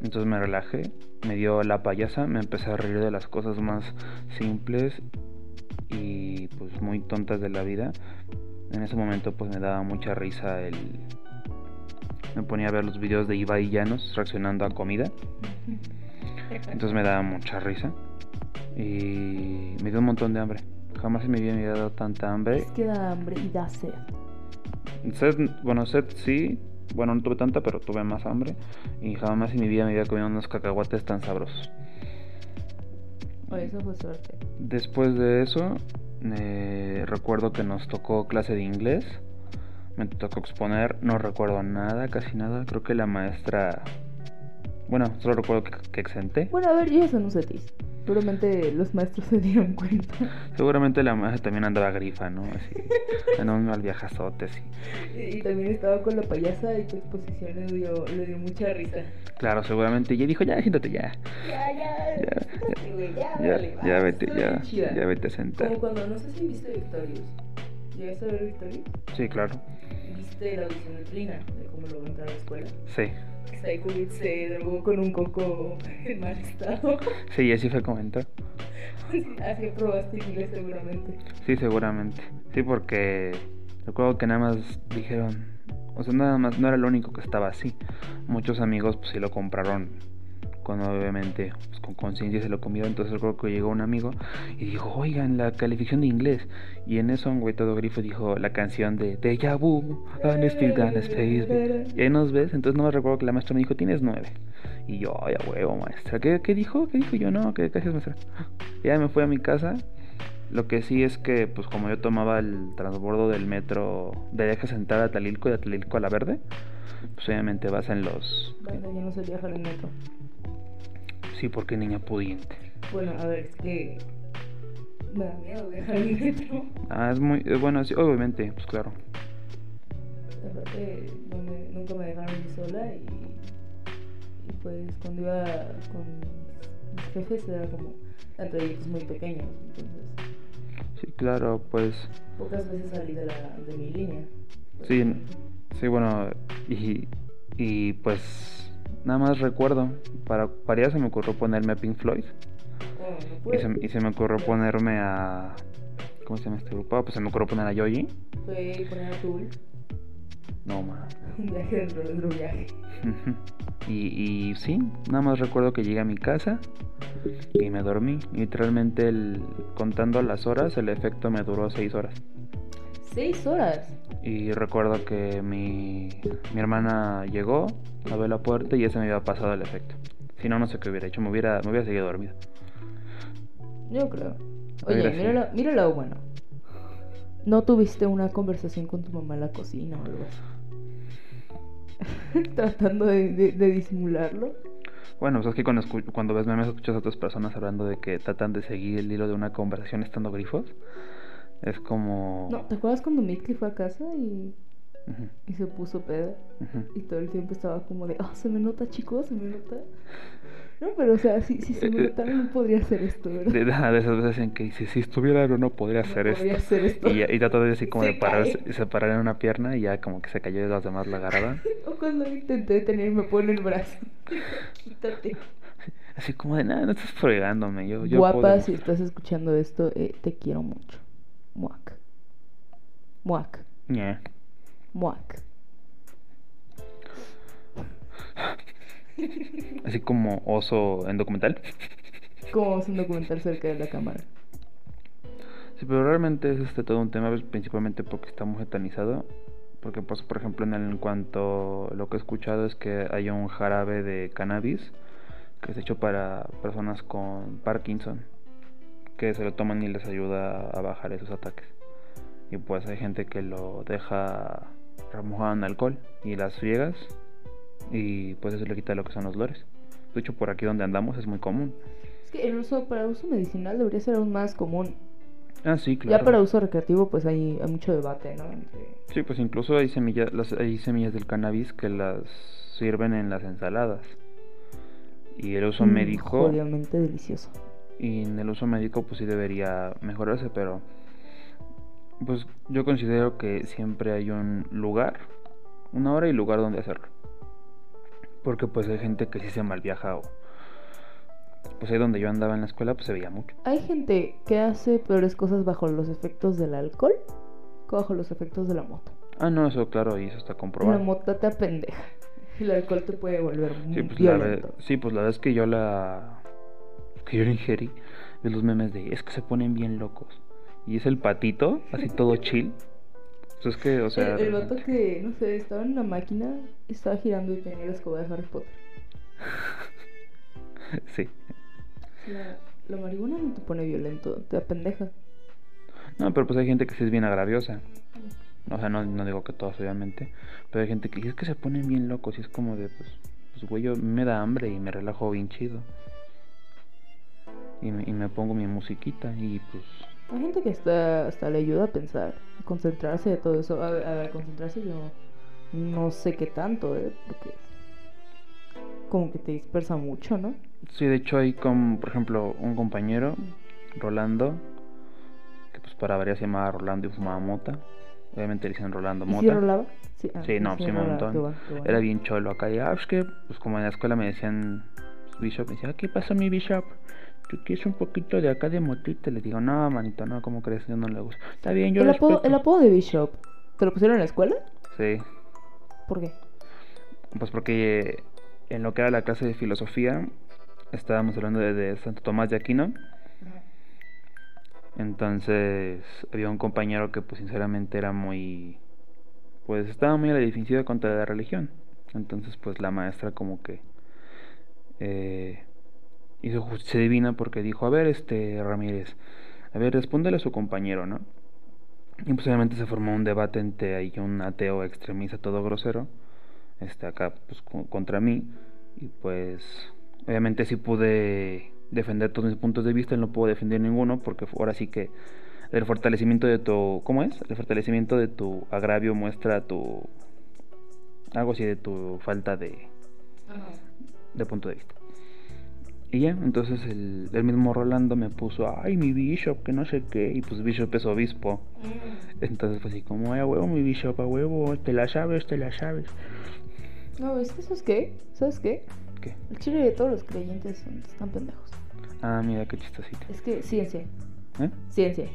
[SPEAKER 3] Entonces me relajé, me dio la payasa, me empecé a reír de las cosas más simples y pues muy tontas de la vida. En ese momento pues me daba mucha risa el... Me ponía a ver los videos de Ibai Llanos reaccionando a comida. Entonces me daba mucha risa. Y me dio un montón de hambre. Jamás en mi vida me había dado tanta hambre.
[SPEAKER 2] Es que da hambre y da sed.
[SPEAKER 3] Sed, bueno, sed sí. Bueno, no tuve tanta, pero tuve más hambre. Y jamás en mi vida me había comido unos cacahuates tan sabrosos.
[SPEAKER 2] Oye, eso fue suerte.
[SPEAKER 3] Después de eso, eh, recuerdo que nos tocó clase de inglés. Me tocó exponer, no recuerdo nada, casi nada. Creo que la maestra... Bueno, solo recuerdo que, que exenté.
[SPEAKER 2] Bueno, a ver, yo ya soy un cetis. Seguramente los maestros se dieron cuenta.
[SPEAKER 3] Seguramente la maestra también andaba grifa, ¿no? Así, en un mal viajazote, sí.
[SPEAKER 2] (laughs) Y, y también estaba con la payasa y tu exposición le dio, le dio mucha risa.
[SPEAKER 3] Claro, seguramente. Y dijo, ya, siéntate ya.
[SPEAKER 2] Ya, ya,
[SPEAKER 3] Ya,
[SPEAKER 2] siéntate, güey, ya,
[SPEAKER 3] Ya,
[SPEAKER 2] dale, va,
[SPEAKER 3] ya vete,
[SPEAKER 2] estuvo
[SPEAKER 3] ya,
[SPEAKER 2] bien chida.
[SPEAKER 3] ya vete a sentar.
[SPEAKER 2] Como cuando, no sé si viste Victorious. ¿Llegaste a ver Victorious?
[SPEAKER 3] Sí, claro.
[SPEAKER 2] ¿Viste la audición de Trina? De cómo lo va a entrar a la escuela.
[SPEAKER 3] Sí.
[SPEAKER 2] Saikurit se drogó con un coco en mal estado. (laughs)
[SPEAKER 3] Sí, y así fue comentar.
[SPEAKER 2] Así probaste inglés seguramente.
[SPEAKER 3] Sí, seguramente. Sí, porque recuerdo que nada más dijeron, o sea, nada más no era lo único que estaba así. Muchos amigos pues sí lo compraron cuando obviamente pues, con conciencia se lo comió. Entonces creo que llegó un amigo y dijo, oigan, la calificación de inglés. Y en eso un güey todo grifo dijo la canción de Deja Vu, Unspeed, Unspeed. Y ahí nos ves, entonces no me recuerdo que la maestra me dijo, tienes nueve. Y yo, ay, a huevo, maestra. ¿Qué, qué dijo? ¿Qué dijo? Yo no, que gracias, maestra. Ya me fui a mi casa. Lo que sí es que, pues como yo tomaba el transbordo del metro de Eje Central a Talilco y de Talilco a La Verde, pues obviamente vas en los...
[SPEAKER 2] Bueno, yo no sé viajar en metro.
[SPEAKER 3] Sí, porque niña pudiente.
[SPEAKER 2] Bueno, a ver, es que. Me da miedo viajar en metro.
[SPEAKER 3] Ah, es muy... eh, Bueno, sí, obviamente, pues claro.
[SPEAKER 2] Aparte, no me- nunca me dejaron ir sola y, y pues cuando iba con mis- mis jefes era como a trayectos muy pequeños, entonces
[SPEAKER 3] Sí, claro, pues...
[SPEAKER 2] pocas veces salí de, la, de mi línea.
[SPEAKER 3] Sí, n- sí, bueno, y, y pues nada más recuerdo, para, para allá se me ocurrió ponerme a Pink Floyd
[SPEAKER 2] Bueno, no
[SPEAKER 3] y
[SPEAKER 2] pude,
[SPEAKER 3] se, y se me ocurrió ponerme a... ¿Cómo se llama este grupo? Ah, Pues se me ocurrió poner a Yoyi.
[SPEAKER 2] fue poner a Tool
[SPEAKER 3] No, más.
[SPEAKER 2] (laughs) un viaje dentro de otro viaje.
[SPEAKER 3] Ujú. (laughs) Y, y sí, nada más recuerdo que llegué a mi casa y me dormí. Literalmente, el, contando las horas, el efecto me duró seis horas.
[SPEAKER 2] Seis horas.
[SPEAKER 3] Y recuerdo que mi, mi hermana llegó, abrió la puerta y ya se me había pasado el efecto. Si no, no sé qué hubiera hecho, me hubiera, me hubiera seguido dormido.
[SPEAKER 2] Yo creo.
[SPEAKER 3] Oye,
[SPEAKER 2] Oye,
[SPEAKER 3] Mira, sí.
[SPEAKER 2] mira lo,
[SPEAKER 3] míralo-
[SPEAKER 2] bueno. No tuviste una conversación con tu mamá en la cocina o algo así. (laughs) Tratando de, de- de disimularlo.
[SPEAKER 3] Bueno, pues es que cuando, escu- cuando ves memes escuchas a otras personas hablando de que tratan de seguir el hilo de una conversación estando grifos. Es como...
[SPEAKER 2] No, ¿te acuerdas cuando Mitki fue a casa y,
[SPEAKER 3] Ujú,
[SPEAKER 2] y se puso peda?
[SPEAKER 3] ujú.
[SPEAKER 2] Y todo el tiempo estaba como de, ah, se me nota, chicos, se me nota. No, pero o sea, si, si se me notara no podría hacer esto, ¿verdad?
[SPEAKER 3] De, de esas veces en que dices, si estuviera ebrio no podría
[SPEAKER 2] No
[SPEAKER 3] hacer esto.
[SPEAKER 2] podría hacer esto.
[SPEAKER 3] Y, ya- y trató de
[SPEAKER 2] (laughs)
[SPEAKER 3] así como
[SPEAKER 2] Se
[SPEAKER 3] de pararse,
[SPEAKER 2] cae.
[SPEAKER 3] se parar en una pierna y ya como que se cayó y los demás la agarraban.
[SPEAKER 2] O cuando intenté detenerme, pone el brazo. (laughs) Quítate.
[SPEAKER 3] Así como de, nada, no estás fregándome. Yo, yo puedo".
[SPEAKER 2] Guapa, si estás escuchando esto, eh, te quiero mucho. Muac. Muac.
[SPEAKER 3] Ñe.
[SPEAKER 2] Muac.
[SPEAKER 3] Así como oso en documental.
[SPEAKER 2] ¿Cómo vamos a un documental cerca de la cámara?
[SPEAKER 3] Sí, pero realmente es este todo un tema, pues, principalmente porque está muy satanizado. Porque, pues, por ejemplo, en, el- en cuanto lo que he escuchado es que hay un jarabe de cannabis que es hecho para personas con Parkinson, que se lo toman y les ayuda a bajar esos ataques. Y pues hay gente que lo deja remojado en alcohol y las friegas y pues eso le quita lo que son los dolores. De hecho, por aquí donde andamos es muy común.
[SPEAKER 2] Es que el uso para uso medicinal debería ser aún más común.
[SPEAKER 3] Ah, sí, claro.
[SPEAKER 2] Ya para uso recreativo, pues hay, hay mucho debate, ¿no? Entre-
[SPEAKER 3] Sí, pues incluso hay semillas, las, hay semillas del cannabis que las sirven en las ensaladas. Y el uso
[SPEAKER 2] Mm,
[SPEAKER 3] médico,
[SPEAKER 2] Jodidamente delicioso.
[SPEAKER 3] y en el uso médico pues sí debería mejorarse, pero pues yo considero que siempre hay un lugar, una hora y lugar donde hacerlo. Porque pues hay gente que sí se malviaja o pues ahí donde yo andaba en la escuela pues se veía mucho.
[SPEAKER 2] Hay gente que hace peores cosas bajo los efectos del alcohol que bajo los efectos de la mota.
[SPEAKER 3] Ah, no, eso claro, y eso está comprobado.
[SPEAKER 2] La mota te apendeja. (laughs) El alcohol te puede volver muy
[SPEAKER 3] Sí, pues, la ve-
[SPEAKER 2] violento.
[SPEAKER 3] sí, pues la verdad es que yo la. que yo la ingerí. Vi los memes de. Es que se ponen bien locos. Y es el patito, así
[SPEAKER 2] (laughs)
[SPEAKER 3] todo chill. Eso es que, o sea.
[SPEAKER 2] el, el vato que, no sé, estaba en una máquina, estaba girando y tenía la escoba de Harry Potter.
[SPEAKER 3] (laughs) Sí.
[SPEAKER 2] La, la marihuana no te pone violento, te apendeja.
[SPEAKER 3] No, pero pues hay gente que sí es bien agraviosa. O sea, no, no digo que todos, obviamente. Pero hay gente que "Y es que se ponen bien locos. Y es como de, pues, pues güey, yo me da hambre y me relajo bien chido. Y me, y me pongo mi musiquita y pues.
[SPEAKER 2] Hay gente que hasta, hasta le ayuda a pensar, a concentrarse de todo eso. A, ver, a ver, concentrarse yo no sé qué tanto, ¿eh? Porque como que te dispersa mucho, ¿no?
[SPEAKER 3] Sí, de hecho hay con, por ejemplo, un compañero, Rolando, que pues para variar se llamaba Rolando y fumaba mota. Obviamente le dicen Rolando
[SPEAKER 2] ¿Y
[SPEAKER 3] Mota.
[SPEAKER 2] si rolaba? Sí, ah,
[SPEAKER 3] Sí, no, sí, un
[SPEAKER 2] rolaba,
[SPEAKER 3] montón.
[SPEAKER 2] qué bueno, qué bueno.
[SPEAKER 3] Era bien cholo acá. Y, ah, es que, pues como en la escuela me decían pues, Bishop, me decía, ¿qué pasa mi Bishop? ¿Tú quieres un poquito de acá de motita? Le digo, no, manito, no, ¿cómo crees? Yo no le gusta. Está bien, yo
[SPEAKER 2] El apodo,
[SPEAKER 3] respeto".
[SPEAKER 2] el apodo de Bishop, ¿te lo pusieron en la escuela?
[SPEAKER 3] Sí,
[SPEAKER 2] ¿Por qué?
[SPEAKER 3] pues porque eh, en lo que era la clase de filosofía, estábamos hablando de, de Santo Tomás de Aquino. Entonces había un compañero que pues sinceramente era muy... Pues estaba muy a la defensiva contra la religión. Entonces pues la maestra como que... Eh, hizo justicia divina porque dijo, a ver este Ramírez, a ver respóndele a su compañero, ¿no? Y pues obviamente se formó un debate entre ahí un ateo extremista todo grosero, este acá pues co- contra mí. Y pues obviamente sí pude defender todos mis puntos de vista, no puedo defender ninguno porque ahora sí que el fortalecimiento de tu ¿cómo es? El fortalecimiento de tu agravio muestra tu algo así de tu falta de de punto de vista. Y ya, entonces el, el mismo Rolando me puso, ay, mi bishop, que no sé qué, y pues bishop es obispo. Entonces fue así como, ay, a huevo, mi bishop, a huevo, te la sabes, te la sabes.
[SPEAKER 2] No, es que eso es qué. ¿Sabes qué?
[SPEAKER 3] ¿Qué?
[SPEAKER 2] El chile de todos los creyentes son, están pendejos.
[SPEAKER 3] Ah, mira, qué chistosito.
[SPEAKER 2] Es que ciencia.
[SPEAKER 3] ¿Eh?
[SPEAKER 2] Ciencia.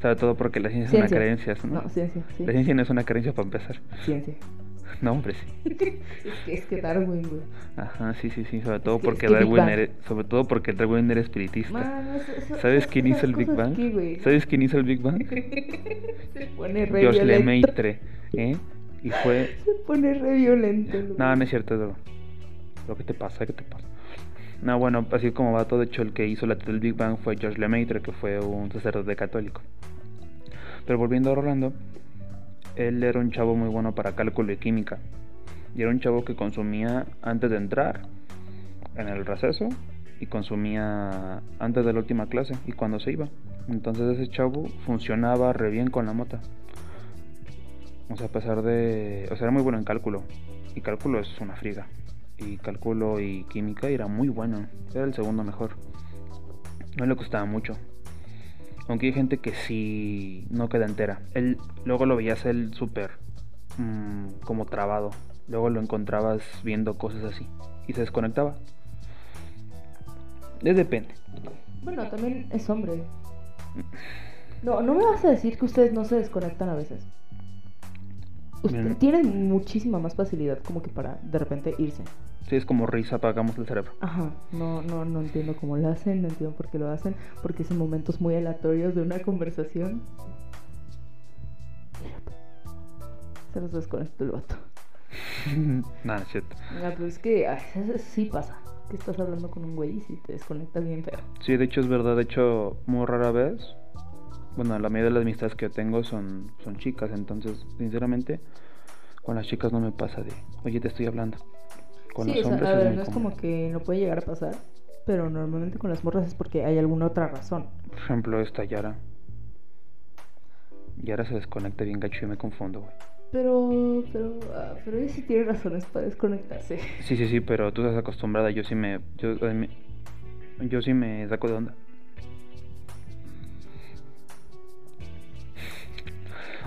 [SPEAKER 3] Sobre todo porque la ciencia, es
[SPEAKER 2] Ciencia.
[SPEAKER 3] una creencia, ¿no?
[SPEAKER 2] No, ciencia. Sí.
[SPEAKER 3] La ciencia no es una creencia para empezar. (laughs)
[SPEAKER 2] Ciencia.
[SPEAKER 3] No, hombre, sí.
[SPEAKER 2] Es que, es que Darwin, güey.
[SPEAKER 3] Ajá, sí, sí, sí, sobre todo
[SPEAKER 2] que- es
[SPEAKER 3] porque
[SPEAKER 2] que Big
[SPEAKER 3] Darwin
[SPEAKER 2] Bang.
[SPEAKER 3] era, sobre todo porque Darwin era espiritista.
[SPEAKER 2] Mano, eso- eso-
[SPEAKER 3] ¿Sabes
[SPEAKER 2] esas-
[SPEAKER 3] quién
[SPEAKER 2] esas
[SPEAKER 3] hizo el Big
[SPEAKER 2] cosas
[SPEAKER 3] Bang?
[SPEAKER 2] qué, güey?
[SPEAKER 3] ¿Sabes quién hizo el Big Bang?
[SPEAKER 2] (laughs) Se pone re
[SPEAKER 3] George
[SPEAKER 2] violento.
[SPEAKER 3] Lemaitre, ¿eh? Y fue
[SPEAKER 2] Se pone re violento. güey.
[SPEAKER 3] No, no es cierto, es broma. Lo que te pasa, ¿qué te pasa? No, bueno, así como va todo, de hecho, el que hizo la teoría del Big Bang fue George Lemaitre, que fue un sacerdote católico. Pero volviendo a Rolando, él era un chavo muy bueno para cálculo y química. Y era un chavo que consumía antes de entrar, en el receso, y consumía antes de la última clase y cuando se iba. Entonces ese chavo funcionaba re bien con la mota. O sea, a pesar de... O sea, era muy bueno en cálculo. Y cálculo es una friga. Y cálculo y química era muy bueno. Era el segundo mejor. No le costaba mucho. Aunque hay gente que sí no queda entera. Él, luego lo veías él súper mm, como trabado. Luego lo encontrabas viendo cosas así. Y se desconectaba. Es depende.
[SPEAKER 2] Bueno, también es (laughs) hombre. No, no me vas a decir que ustedes no se desconectan a veces. Usted-
[SPEAKER 3] Bien.
[SPEAKER 2] tienen muchísima más facilidad como que para de repente irse.
[SPEAKER 3] Si es como risa, apagamos el cerebro. (laughs)
[SPEAKER 2] Ajá, no, no, no entiendo cómo lo hacen, no entiendo por qué lo hacen, porque son momentos muy aleatorios de una conversación. Se los desconectó el vato.
[SPEAKER 3] Nada, es cierto.
[SPEAKER 2] Ah, pero es que a veces sí pasa. Que estás hablando con un güey y si te desconectas bien feo.
[SPEAKER 3] Sí, de hecho es verdad, de hecho muy rara vez. Bueno, la mayoría de las amistades que tengo son, son chicas, entonces sinceramente con las chicas no me pasa de, oye, te estoy hablando. Con
[SPEAKER 2] sí,
[SPEAKER 3] los
[SPEAKER 2] o sea,
[SPEAKER 3] hombres
[SPEAKER 2] a
[SPEAKER 3] es
[SPEAKER 2] ver,
[SPEAKER 3] muy
[SPEAKER 2] no es
[SPEAKER 3] común.
[SPEAKER 2] como que no puede llegar a pasar, pero normalmente con las morras es porque hay alguna otra razón.
[SPEAKER 3] Por ejemplo, esta Yara. Yara se desconecta bien gacho y yo me confundo, güey.
[SPEAKER 2] Pero, pero, ah, pero ella sí tiene razones para desconectarse.
[SPEAKER 3] Sí, sí, sí, pero tú estás acostumbrada, yo sí me... Yo, a mí- yo sí me saco de onda.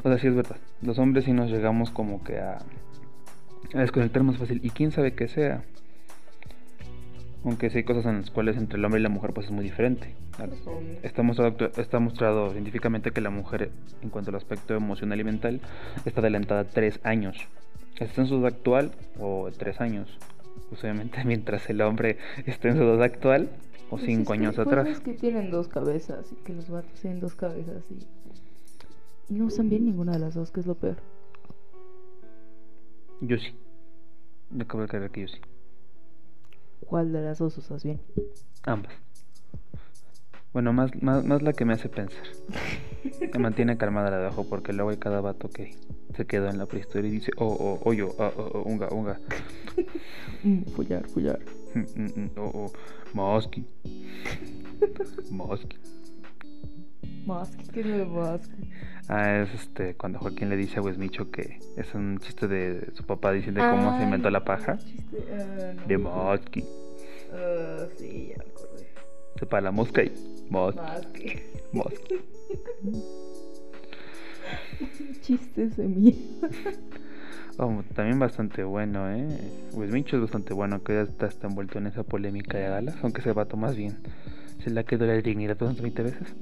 [SPEAKER 3] O sea, sí Pues es verdad. Los hombres sí nos llegamos como que a, a desconectar más fácil. Y quién sabe qué sea. Aunque sí hay cosas en las cuales entre el hombre y la mujer pues es muy diferente. Está mostrado, actu- está mostrado científicamente que la mujer, en cuanto al aspecto emocional y mental, está adelantada tres años. Está en su edad actual o tres años. Pues obviamente (laughs) mientras el hombre está en su edad actual o
[SPEAKER 2] Pues
[SPEAKER 3] cinco
[SPEAKER 2] es que,
[SPEAKER 3] años
[SPEAKER 2] pues,
[SPEAKER 3] atrás.
[SPEAKER 2] Es que tienen dos cabezas y que los vatos tienen dos cabezas y... y no usan bien ninguna de las dos, que es lo peor.
[SPEAKER 3] Yo sí. Yo acabo de creer que yo sí.
[SPEAKER 2] ¿Cuál de las dos usas bien?
[SPEAKER 3] Ambas. Bueno, más, más, más la que me hace pensar. Me mantiene calmada la de abajo porque luego hay cada vato que se quedó en la prehistoria y dice, oh, oh, oh, yo, ah, oh, oh, unga, unga,
[SPEAKER 2] Mm, follar, follar.
[SPEAKER 3] mm, mm, mm, oh, oh, mosqui, mosqui.
[SPEAKER 2] Más que es lo de más.
[SPEAKER 3] Ah, es este, cuando Joaquín le dice a Wesmicho que es un chiste de su papá diciendo cómo se inventó la paja. De mosqui,
[SPEAKER 2] ah, sí, ya me acordé.
[SPEAKER 3] sepa la mosca y mosqui,
[SPEAKER 2] Más que.
[SPEAKER 3] mosqui.
[SPEAKER 2] (laughs) Chistes de mí.
[SPEAKER 3] Oh, también bastante bueno, ¿eh? Wismicho es bastante bueno, que hasta está envuelto en esa polémica de Dallas, aunque se va más bien. Se le ha quedado la dignidad 220 veces.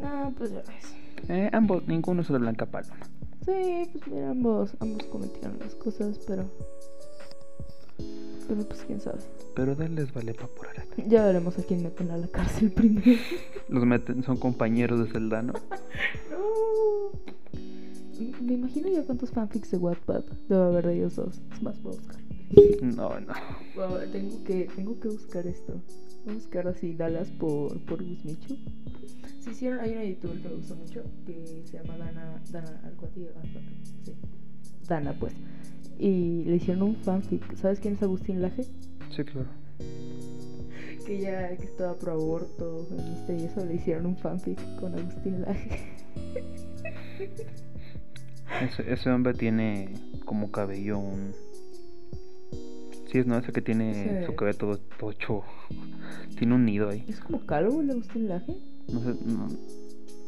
[SPEAKER 2] No, pues ya ves.
[SPEAKER 3] Eh, ambos, ninguno es una blanca paloma.
[SPEAKER 2] Sí, pues mira, ambos, ambos cometieron las cosas, pero. Pero pues quién sabe.
[SPEAKER 3] Pero de él les vale pa' por arata.
[SPEAKER 2] Ya veremos a quién meten a la cárcel (laughs) primero.
[SPEAKER 3] Los meten, son compañeros de Zelda, ¿no?
[SPEAKER 2] no. Me imagino ya cuántos fanfics de Wattpad debe haber de ellos dos. Es más, voy a buscar.
[SPEAKER 3] No, no.
[SPEAKER 2] Wow, tengo, que, tengo que buscar esto. Voy a buscar así Dallas por, por Guzmichu. Sí, hicieron, hay una youtuber que me gusta mucho que se llama Dana, Dana Alcuati. Alcuati, sí. Dana, pues. Y le hicieron un fanfic. ¿Sabes quién es Agustín Laje?
[SPEAKER 3] Sí, claro.
[SPEAKER 2] Que ya que estaba pro aborto, feminista y eso, le hicieron un fanfic con Agustín Laje. (laughs)
[SPEAKER 3] Ese, ese hombre tiene como cabello un. Sí, es no, ese que tiene
[SPEAKER 2] Ese-
[SPEAKER 3] su cabello todo tocho. tiene un nido ahí.
[SPEAKER 2] ¿Es como calvo el Agustín Laje?
[SPEAKER 3] No sé, no.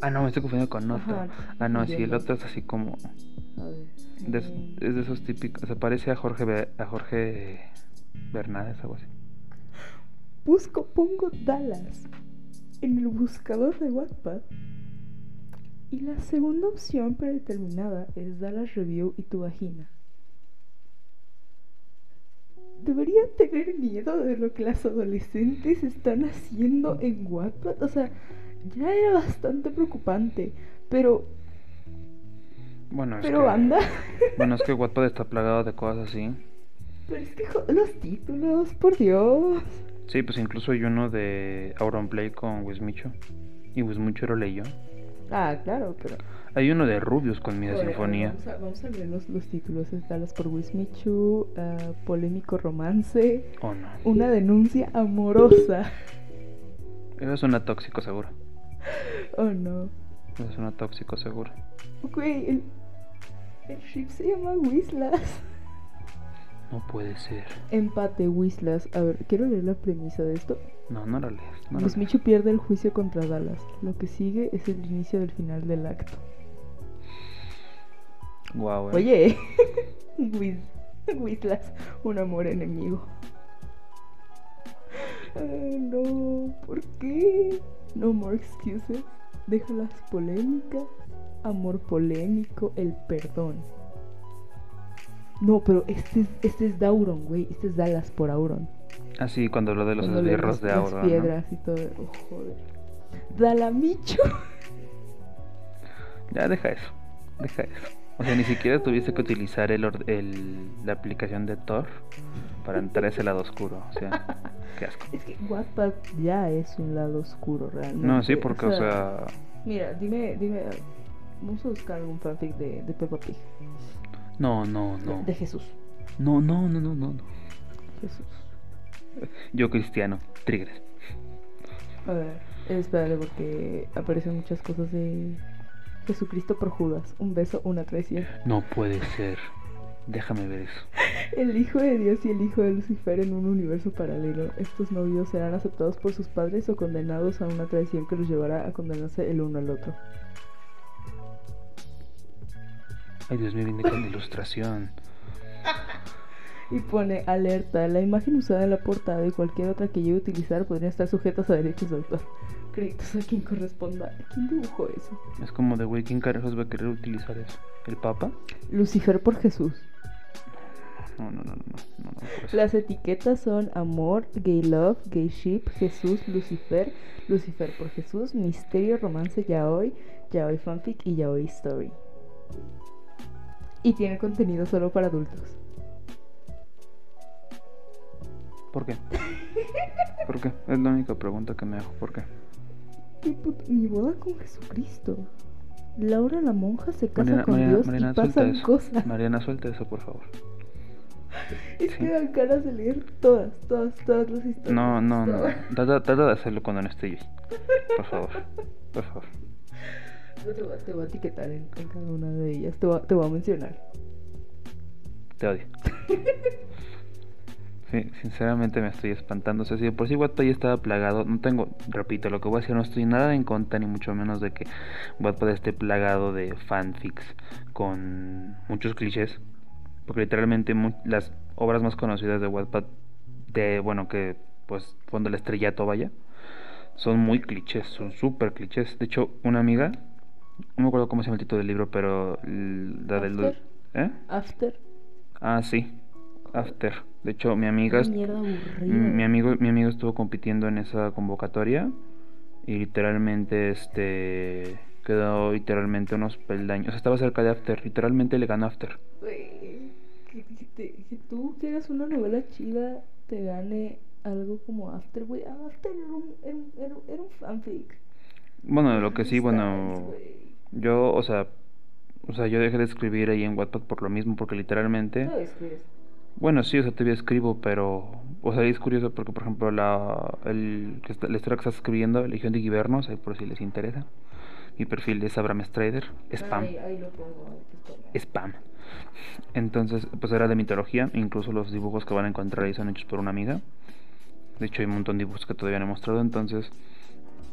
[SPEAKER 3] Ah, no, me estoy confundiendo con otro.
[SPEAKER 2] Ajá,
[SPEAKER 3] ah, no, sí, el
[SPEAKER 2] entiendo.
[SPEAKER 3] otro es así como.
[SPEAKER 2] A ver.
[SPEAKER 3] de es-
[SPEAKER 2] eh,
[SPEAKER 3] es de esos típicos. Se parece a Jorge, Be- a Jorge Bernades, algo así.
[SPEAKER 2] Busco, pongo Dallas en el buscador de Wattpad. Y la segunda opción predeterminada es Dallas Review y tu vagina. Debería tener miedo de lo que las adolescentes están haciendo en Wattpad. O sea, ya era bastante preocupante. Pero,
[SPEAKER 3] Bueno, es
[SPEAKER 2] pero
[SPEAKER 3] que,
[SPEAKER 2] anda. (laughs)
[SPEAKER 3] Bueno, es que Wattpad está plagado de cosas así.
[SPEAKER 2] Pero es que jo- los títulos, por Dios.
[SPEAKER 3] Sí, pues incluso hay uno de Auronplay con Wismicho. Y Wismicho lo leyó.
[SPEAKER 2] Ah, claro, pero.
[SPEAKER 3] Hay uno de Rubius con Mida
[SPEAKER 2] Ahora,
[SPEAKER 3] Sinfonía.
[SPEAKER 2] Vamos a, vamos a leer los, los títulos. Está Las por Wismichu, ah, Polémico Romance,
[SPEAKER 3] ¿O no?
[SPEAKER 2] Una denuncia amorosa. (laughs)
[SPEAKER 3] Eso suena tóxico, seguro.
[SPEAKER 2] Oh no.
[SPEAKER 3] Eso suena tóxico, seguro.
[SPEAKER 2] Güey, el, el ship se llama Wislas.
[SPEAKER 3] No puede ser.
[SPEAKER 2] (laughs) Empate Wislas. A ver, quiero leer la premisa de esto.
[SPEAKER 3] No, no lo leas. No lo leas.
[SPEAKER 2] Wismichu pierde el juicio contra Dallas. Lo que sigue es el inicio del final del acto.
[SPEAKER 3] Guau, eh.
[SPEAKER 2] Oye, (laughs) Whis- Whistlas, un amor enemigo. Ay, no, ¿por qué? No more excuses. Deja las polémicas. Amor polémico, el perdón. No, pero este es, este es Dauron, güey. Este es Dallas por Auron.
[SPEAKER 3] Ah, sí, cuando habló de los
[SPEAKER 2] Cuando le
[SPEAKER 3] esbirros de
[SPEAKER 2] las-
[SPEAKER 3] Aura.
[SPEAKER 2] Las piedras y todo. Oh, joder. Dalamicho. (laughs)
[SPEAKER 3] Ya, deja eso. Deja eso. O sea, ni siquiera tuviste que utilizar el, or- el- la aplicación de Thor para entrar a ese lado oscuro. O (laughs) sea, qué asco.
[SPEAKER 2] Es que Wattpad ya es un lado oscuro realmente.
[SPEAKER 3] No, sí, porque, o sea,
[SPEAKER 2] Mira, dime, dime. Vamos a buscar algún fanfic de, de Peppa Pig.
[SPEAKER 3] no, no, no.
[SPEAKER 2] De Jesús.
[SPEAKER 3] No, no, no, no, no. no.
[SPEAKER 2] Jesús.
[SPEAKER 3] Yo cristiano, tigres.
[SPEAKER 2] A ver, espérale porque aparecen muchas cosas de Jesucristo por Judas. Un beso, una traición.
[SPEAKER 3] No puede ser. Déjame ver eso.
[SPEAKER 2] El hijo de Dios y el hijo de Lucifer en un universo paralelo. Estos novios serán aceptados por sus padres o condenados a una traición que los llevará a condenarse el uno al otro.
[SPEAKER 3] Ay, Dios mío, viene con ilustración.
[SPEAKER 2] Y pone alerta, la imagen usada en la portada y cualquier otra que llegue a utilizar podrían estar sujetas a derechos de autor. Créditos a quien corresponda. ¿Quién dibujó eso?
[SPEAKER 3] Es como de, güey, ¿quién carajos va a querer utilizar eso? ¿El Papa?
[SPEAKER 2] Lucifer por Jesús.
[SPEAKER 3] No, no, no, no, no, no, no, pues.
[SPEAKER 2] Las etiquetas son amor, gay love, gay ship, Jesús, Lucifer, Lucifer por Jesús, misterio, romance, yaoi, yaoi fanfic y yaoi story. Y tiene contenido solo para adultos.
[SPEAKER 3] ¿Por (laughs) qué? ¿Por qué? Es la única pregunta que me hago. ¿Por qué?
[SPEAKER 2] ¿Qué puto- Mi boda con Jesucristo. Laura la monja se casa
[SPEAKER 3] Mariana,
[SPEAKER 2] con
[SPEAKER 3] Mariana,
[SPEAKER 2] Dios
[SPEAKER 3] Mariana,
[SPEAKER 2] y
[SPEAKER 3] suelta
[SPEAKER 2] pasan
[SPEAKER 3] eso.
[SPEAKER 2] cosas.
[SPEAKER 3] Mariana, suelta eso, por favor.
[SPEAKER 2] Es
[SPEAKER 3] Sí.
[SPEAKER 2] que dan ganas de leer todas, todas, todas las historias.
[SPEAKER 3] No, no, no.
[SPEAKER 2] todas.
[SPEAKER 3] Trata, trata de hacerlo cuando no esté yo. Por favor. Por favor.
[SPEAKER 2] Yo te voy, a- te voy a etiquetar en, en cada una de ellas. Te voy, a- te voy a mencionar.
[SPEAKER 3] Te odio. Sí, sinceramente me estoy espantando. O sea, si de por sí Wattpad ya estaba plagado, no tengo, repito, lo que voy a decir, no estoy nada en contra, ni mucho menos de que Wattpad esté plagado de fanfics con muchos clichés. Porque literalmente mu- las obras más conocidas de Wattpad, de, bueno, que pues cuando el estrellato vaya, son muy clichés, son súper clichés. De hecho, una amiga, no me acuerdo cómo se llama el título del libro, pero l- la del...
[SPEAKER 2] After.
[SPEAKER 3] ¿Eh?
[SPEAKER 2] After.
[SPEAKER 3] Ah, sí. After. De hecho, mi
[SPEAKER 2] Ah,
[SPEAKER 3] amiga,
[SPEAKER 1] Una mierda aburrida.
[SPEAKER 3] mm, mi amigo, mi amigo estuvo compitiendo en esa convocatoria y literalmente este quedó literalmente unos peldaños. O sea, estaba cerca de After, literalmente le ganó After.
[SPEAKER 2] Güey, que, que te- que tú quieras una novela chida te gane algo como After, güey. Ah, After era un, era un- era un- era un fanfic.
[SPEAKER 3] Bueno, lo que sí,
[SPEAKER 2] Styles,
[SPEAKER 3] bueno,
[SPEAKER 2] güey.
[SPEAKER 3] yo, o sea, o sea, yo dejé de escribir ahí en Wattpad por lo mismo, porque literalmente
[SPEAKER 2] No escribes.
[SPEAKER 3] Bueno, sí, o sea, todavía escribo, pero. O sea, es curioso porque, por ejemplo, la, el, que está- la historia que estás escribiendo, Legión de Guibernos, ahí por si les interesa. Mi perfil es Abraham Strader, spam,
[SPEAKER 2] Ahí, ahí lo pongo. ahí te pongo.
[SPEAKER 3] spam. Entonces, pues era de mitología, incluso los dibujos que van a encontrar ahí son hechos por una amiga. De hecho, hay un montón de dibujos que todavía no he mostrado, entonces.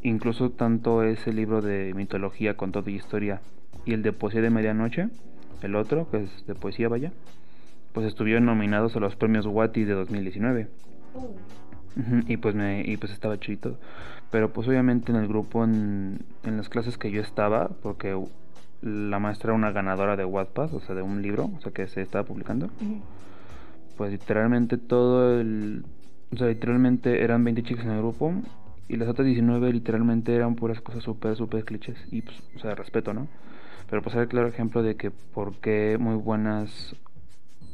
[SPEAKER 3] Incluso tanto ese libro de mitología con toda historia y el de poesía de medianoche, el otro, que es de poesía, vaya, pues estuvieron nominados a los premios Watty de 2019.
[SPEAKER 2] Oh,
[SPEAKER 3] Ujú, Y pues, me, y pues estaba chido y todo. Pero pues obviamente en el grupo, en, en las clases que yo estaba, porque u- la maestra era una ganadora de Wattpad, o sea, de un libro, o sea, que se estaba publicando,
[SPEAKER 2] ujú.
[SPEAKER 3] pues literalmente todo el... O sea, literalmente eran 20 chicas en el grupo y las otras 19 literalmente eran puras cosas súper, súper clichés. Y pues, o sea, respeto, ¿no? Pero pues era el claro ejemplo de que por qué muy buenas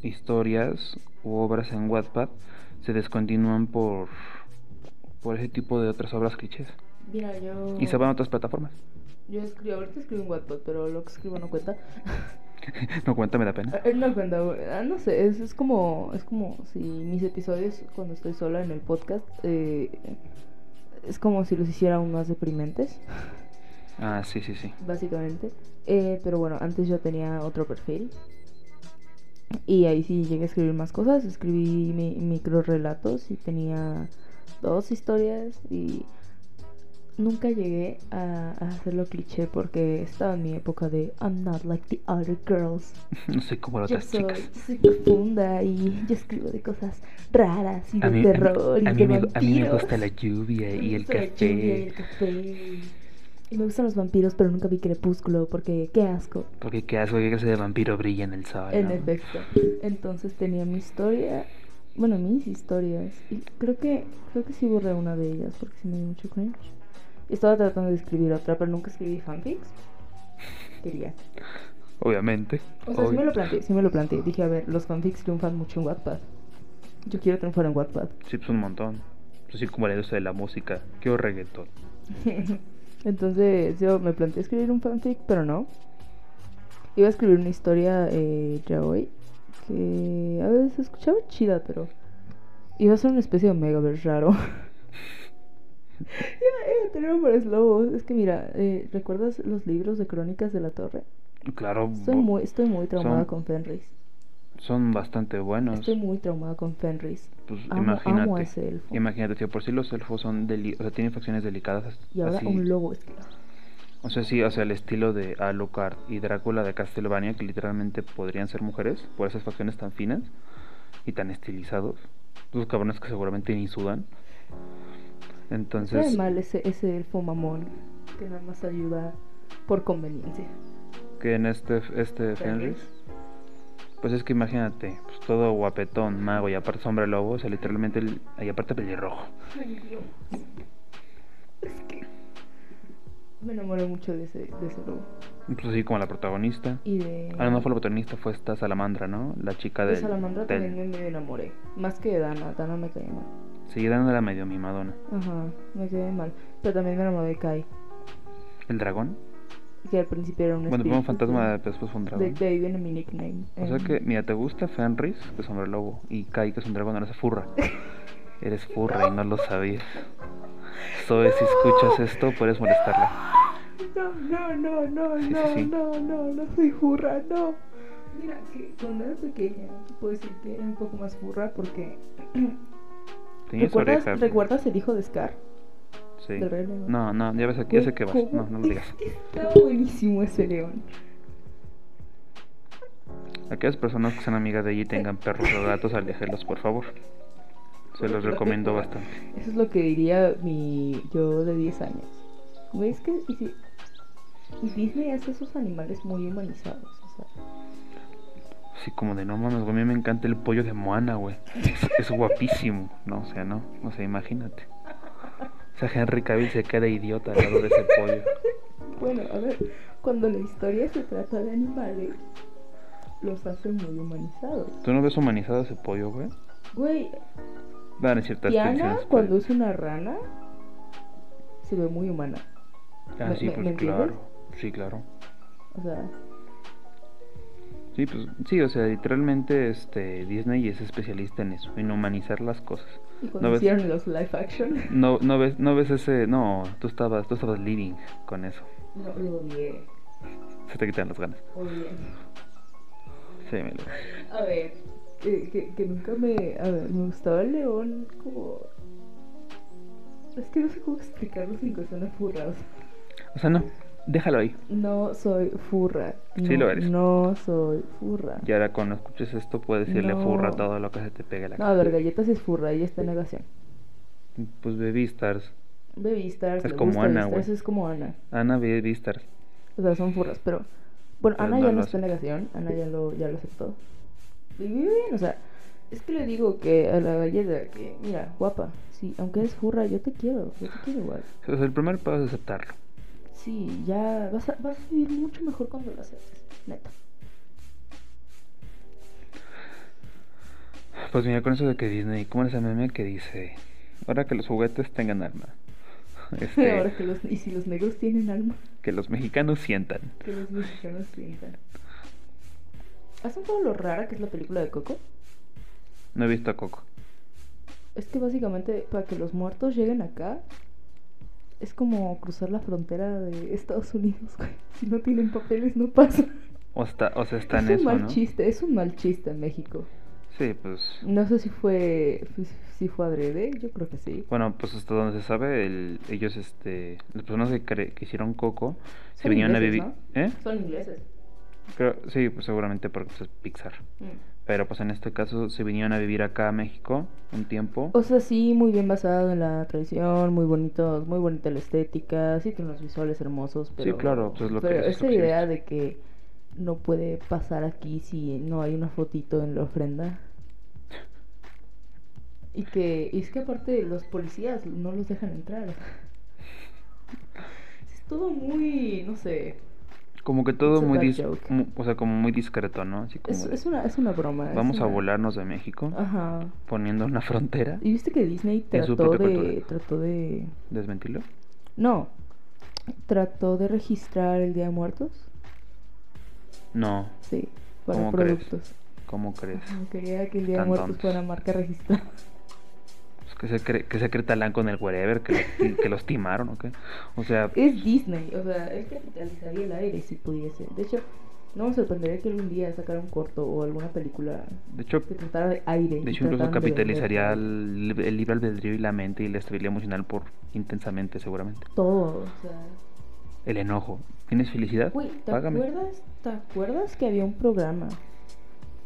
[SPEAKER 3] historias u obras en Wattpad se descontinúan por, por ese tipo de otras obras clichés.
[SPEAKER 2] Mira, yo.
[SPEAKER 3] Y se van a otras plataformas. (laughs)
[SPEAKER 2] Yo escribo, ahorita escribo en WhatsApp, pero lo que escribo no cuenta. (laughs)
[SPEAKER 3] no cuenta, me da pena.
[SPEAKER 2] Eh, No cuenta, güey. Ah, no sé, es, es como es como si mis episodios cuando estoy sola en el podcast eh, es como si los hiciera aún más deprimentes, (laughs)
[SPEAKER 3] Ah, sí, sí, (laughs) sí.
[SPEAKER 2] básicamente. Eh, pero bueno, antes yo tenía otro perfil y ahí sí llegué a escribir más cosas, escribí mi, micro relatos y tenía dos historias y nunca llegué a, a hacerlo cliché porque estaba en mi época de I'm not like the other girls.
[SPEAKER 3] No sé cómo lo
[SPEAKER 2] Yo
[SPEAKER 3] otras
[SPEAKER 2] soy,
[SPEAKER 3] chicas.
[SPEAKER 2] yo soy profunda y yo escribo de cosas raras y de
[SPEAKER 3] A mí, a mí-
[SPEAKER 2] terror
[SPEAKER 3] a
[SPEAKER 2] y
[SPEAKER 3] mí
[SPEAKER 2] de
[SPEAKER 3] me, gu- a mí me
[SPEAKER 2] vampiros.
[SPEAKER 3] gusta la lluvia y
[SPEAKER 2] Me
[SPEAKER 3] el
[SPEAKER 2] gusta la lluvia
[SPEAKER 3] café.
[SPEAKER 2] y el café. Y me gustan los vampiros, pero nunca vi Crepúsculo porque qué asco.
[SPEAKER 3] Porque qué asco que clase de vampiro brilla en el sol.
[SPEAKER 2] En
[SPEAKER 3] Ah, ¿no?
[SPEAKER 2] efecto. Entonces tenía mi historia, bueno, mis historias. Y creo que creo que sí borré una de ellas porque sí me dio mucho cringe. Estaba tratando de escribir otra, pero nunca escribí fanfics. Quería.
[SPEAKER 3] Obviamente.
[SPEAKER 2] O sea, sí
[SPEAKER 3] obvio.
[SPEAKER 2] me lo planteé, sí me lo planteé. Dije, a ver, los fanfics triunfan mucho en Wattpad. Yo quiero triunfar en Wattpad. (laughs)
[SPEAKER 3] Sí, pues un montón. Yo soy como la industria de la música. Quiero reggaetón.
[SPEAKER 2] Entonces yo me planteé escribir un fanfic, pero no. Iba a escribir una historia eh, ya hoy, que a veces escuchaba chida, pero iba a ser una especie de megaverse raro. (laughs) iba, iba a tener un slow. Es que mira, eh, ¿recuerdas los libros de crónicas de la torre?
[SPEAKER 3] Claro,
[SPEAKER 2] Estoy
[SPEAKER 3] bo-
[SPEAKER 2] muy, estoy muy traumada
[SPEAKER 3] son-
[SPEAKER 2] con Fenris.
[SPEAKER 3] son bastante buenos.
[SPEAKER 2] Estoy muy traumada con Fenris.
[SPEAKER 3] Pues
[SPEAKER 2] Amo- amo a
[SPEAKER 3] imagínate.
[SPEAKER 2] ese elfo.
[SPEAKER 3] Imagínate, tío, por si los elfos son deli o sea, tienen facciones delicadas.
[SPEAKER 2] Y ahora
[SPEAKER 3] así-
[SPEAKER 2] un lobo. Es que-
[SPEAKER 3] O sea, sí, o sea, el estilo de Alucard y Drácula de Castlevania, que literalmente podrían ser mujeres por esas facciones tan finas y tan estilizados. Los cabrones que seguramente ni sudan.
[SPEAKER 2] Está
[SPEAKER 3] Entonces,
[SPEAKER 2] de mal ese, ese elfo mamón que nada más ayuda por conveniencia.
[SPEAKER 3] que en este, este Fenris, pues es que imagínate, pues todo guapetón, mago y aparte sombra de lobo, o sea, literalmente, el- y aparte pelirrojo.
[SPEAKER 2] Es que me enamoré mucho de ese, de ese lobo.
[SPEAKER 3] Pues así como la protagonista.
[SPEAKER 2] Y de.
[SPEAKER 3] Ah, no, no fue la protagonista, fue esta salamandra, ¿no? La chica
[SPEAKER 2] de
[SPEAKER 3] del...
[SPEAKER 2] Salamandra
[SPEAKER 3] del-
[SPEAKER 2] también me medio enamoré. Más que de Dana. Dana me caía mal.
[SPEAKER 3] Sí, Dana era medio mimadona.
[SPEAKER 2] Ajá, me caía mal. Pero también me enamoré de Kai.
[SPEAKER 3] ¿El dragón?
[SPEAKER 2] Que al principio era un
[SPEAKER 3] Bueno, primero
[SPEAKER 2] espíritu,
[SPEAKER 3] un fantasma,
[SPEAKER 2] pero
[SPEAKER 3] después fue un
[SPEAKER 2] De,
[SPEAKER 3] dragón.
[SPEAKER 2] de ahí viene mi nickname.
[SPEAKER 3] O sea
[SPEAKER 2] em,
[SPEAKER 3] que, mira, te gusta Fenris, que es hombre lobo, y Kai, que es un dragón, ahora es furra. Eres furra y no lo sabías. Zoe, si escuchas esto, puedes molestarla.
[SPEAKER 2] No, no, no, no,
[SPEAKER 3] Sí, sí,
[SPEAKER 2] no,
[SPEAKER 3] sí.
[SPEAKER 2] no, no, no soy furra, no. Mira, que cuando eras pequeña, puedo decir que era un poco más furra porque.
[SPEAKER 3] Tenías
[SPEAKER 2] ¿Recuerdas,
[SPEAKER 3] orejas.
[SPEAKER 2] ¿Recuerdas el hijo de Scar?
[SPEAKER 3] Sí.
[SPEAKER 2] del Rey León?
[SPEAKER 3] No, no, ya ves aquí, ya sé que vas.
[SPEAKER 2] Güey, ¿cómo?
[SPEAKER 3] No, no lo digas.
[SPEAKER 2] (laughs) Es que Estaba buenísimo ese león.
[SPEAKER 3] Aquellas personas que sean amigas de ella y tengan perros o gatos, aléjelos, por favor. Se los recomiendo bastante.
[SPEAKER 2] Eso es lo que diría mi yo de 10 años. Güey, es que y si- y Disney hace esos animales muy humanizados. O sea,
[SPEAKER 3] así como de no mames, güey, a mí me encanta el pollo de Moana, güey. Es, es guapísimo. No, o sea, no, o sea, imagínate. O sea, Henry Cavill se queda idiota al lado de ese pollo.
[SPEAKER 2] Bueno, a ver, cuando la historia se trata de animales, los hacen muy humanizados.
[SPEAKER 3] ¿Tú no ves humanizado ese pollo, güey?
[SPEAKER 2] Güey,
[SPEAKER 3] Van a ciertas
[SPEAKER 2] Tiana
[SPEAKER 3] tensiones,
[SPEAKER 2] cuando
[SPEAKER 3] pues.
[SPEAKER 2] es una rana se ve muy humana.
[SPEAKER 3] Ah,
[SPEAKER 2] ¿Me-
[SPEAKER 3] sí,
[SPEAKER 2] me-
[SPEAKER 3] pues
[SPEAKER 2] me entiendes?
[SPEAKER 3] claro. Sí, claro.
[SPEAKER 2] O sea,
[SPEAKER 3] Sí, pues sí, o sea, literalmente este Disney es especialista en eso, en humanizar las cosas.
[SPEAKER 2] y cuando
[SPEAKER 3] ¿No ves?
[SPEAKER 2] hicieron los live
[SPEAKER 3] (laughs)
[SPEAKER 2] action,
[SPEAKER 3] No, no ves, no ves ese, no, tú estabas, tú estabas living con eso.
[SPEAKER 2] no, lo odié.
[SPEAKER 3] Se te quitan las ganas.
[SPEAKER 2] Odié.
[SPEAKER 3] Sí, me lo-
[SPEAKER 2] A ver, que, que, que nunca me. A ver, me gustaba el león como. Es que no sé cómo explicarlo sin que suene furra. o sea,
[SPEAKER 3] O sea, no, déjalo ahí.
[SPEAKER 2] no soy furra.
[SPEAKER 3] Sí
[SPEAKER 2] no-
[SPEAKER 3] lo eres.
[SPEAKER 2] No soy furra.
[SPEAKER 3] Y ahora cuando escuches esto puedes decirle
[SPEAKER 2] No.
[SPEAKER 3] furra todo lo que se te pegue a la
[SPEAKER 2] No,
[SPEAKER 3] cara.
[SPEAKER 2] a ver, galletas es furra, ella está en negación.
[SPEAKER 3] Pues Baby Stars.
[SPEAKER 2] Baby Stars,
[SPEAKER 3] Es
[SPEAKER 2] le
[SPEAKER 3] como
[SPEAKER 2] gusta
[SPEAKER 3] Ana,
[SPEAKER 2] Beastars,
[SPEAKER 3] güey.
[SPEAKER 2] es como Ana.
[SPEAKER 3] Ana Baby Stars.
[SPEAKER 2] O sea, son furras, pero. Bueno,
[SPEAKER 3] Pero
[SPEAKER 2] Ana
[SPEAKER 3] no
[SPEAKER 2] ya
[SPEAKER 3] lo
[SPEAKER 2] no está en negación, Ana ya lo, ya lo aceptó. Y vive bien, o sea, es que le digo que a la galleta, que mira, guapa, sí, aunque eres furra, yo te quiero, yo te quiero igual.
[SPEAKER 3] O sea, el primer paso es aceptarlo.
[SPEAKER 2] Sí, ya vas a, vas a vivir mucho mejor cuando lo aceptes, neta.
[SPEAKER 3] Pues mira, con eso de que Disney, ¿cómo era ese meme que dice? Ahora que los juguetes tengan
[SPEAKER 2] (laughs)
[SPEAKER 3] alma. Este,
[SPEAKER 2] Ahora que los, y si los negros tienen alma,
[SPEAKER 3] que los mexicanos sientan.
[SPEAKER 2] que los mexicanos sientan. ¿Has notado lo rara que es la película de Coco?
[SPEAKER 3] No he visto a Coco.
[SPEAKER 2] Es que básicamente para que los muertos lleguen acá es como cruzar la frontera de Estados Unidos, güey. Si no tienen papeles no pasa.
[SPEAKER 3] O, está, o sea, está
[SPEAKER 2] es
[SPEAKER 3] en
[SPEAKER 2] un
[SPEAKER 3] eso,
[SPEAKER 2] mal
[SPEAKER 3] ¿no?
[SPEAKER 2] chiste, es un mal chiste en México.
[SPEAKER 3] Sí, pues.
[SPEAKER 2] No sé si fue si fue adrede, yo creo que sí.
[SPEAKER 3] Bueno, pues hasta donde se sabe, el- ellos, este. Las personas que, cre- que hicieron Coco se
[SPEAKER 2] Son
[SPEAKER 3] vinieron a vivir.
[SPEAKER 2] ingleses,
[SPEAKER 3] ¿Eh?
[SPEAKER 2] Son ingleses.
[SPEAKER 3] Creo- sí, pues seguramente porque pues, es Pixar.
[SPEAKER 2] Mm.
[SPEAKER 3] Pero pues en este caso se vinieron a vivir acá a México un tiempo.
[SPEAKER 2] O sea, sí, muy bien basado en la tradición, muy bonitos, muy bonita la estética, sí tiene unos visuales hermosos, pero
[SPEAKER 3] claro, pues es lo que-
[SPEAKER 2] pero
[SPEAKER 3] eso es
[SPEAKER 2] esa
[SPEAKER 3] lo que yo he
[SPEAKER 2] idea de que no puede pasar aquí si no hay una fotito en la ofrenda. Y que y es que aparte los policías no los dejan entrar. (laughs) Es todo muy, no sé,
[SPEAKER 3] Como que todo
[SPEAKER 2] It's a
[SPEAKER 3] muy,
[SPEAKER 2] bad
[SPEAKER 3] dis-
[SPEAKER 2] joke.
[SPEAKER 3] mu- o sea, como muy discreto, ¿no? Así como
[SPEAKER 2] es,
[SPEAKER 3] de,
[SPEAKER 2] es una es una broma. es
[SPEAKER 3] vamos a
[SPEAKER 2] una-
[SPEAKER 3] volarnos de México
[SPEAKER 2] Ajá.
[SPEAKER 3] poniendo una frontera.
[SPEAKER 2] Y viste que Disney
[SPEAKER 3] Es su
[SPEAKER 2] trató
[SPEAKER 3] propia
[SPEAKER 2] de
[SPEAKER 3] cultura.
[SPEAKER 2] trató de
[SPEAKER 3] ¿Desmentirlo?
[SPEAKER 2] No. Trató de registrar el Día de Muertos.
[SPEAKER 3] No,
[SPEAKER 2] Sí. Para
[SPEAKER 3] ¿Cómo crees?
[SPEAKER 2] productos.
[SPEAKER 3] ¿cómo crees?
[SPEAKER 2] Ajá, Quería que el Día de
[SPEAKER 3] Tan
[SPEAKER 2] Muertos
[SPEAKER 3] tontos.
[SPEAKER 2] fuera marca registrada. (laughs)
[SPEAKER 3] Pues que se cree, que se cree talán con el wherever, que los, que los timaron o qué. O sea,
[SPEAKER 2] Es Disney. O sea, él capitalizaría el aire si pudiese. De hecho, no me sorprendería que algún día sacara un corto o alguna película
[SPEAKER 3] de hecho,
[SPEAKER 2] que tratara de aire.
[SPEAKER 3] de
[SPEAKER 2] y
[SPEAKER 3] hecho incluso
[SPEAKER 2] trataran de
[SPEAKER 3] capitalizaría
[SPEAKER 2] vender
[SPEAKER 3] el, el libre albedrío y la mente y la estabilidad emocional por intensamente, seguramente.
[SPEAKER 2] Todo. O sea,
[SPEAKER 3] El enojo. ¿Tienes felicidad?
[SPEAKER 2] Güey, ¿te
[SPEAKER 3] Págame.
[SPEAKER 2] acuerdas? ¿Te acuerdas que había un programa?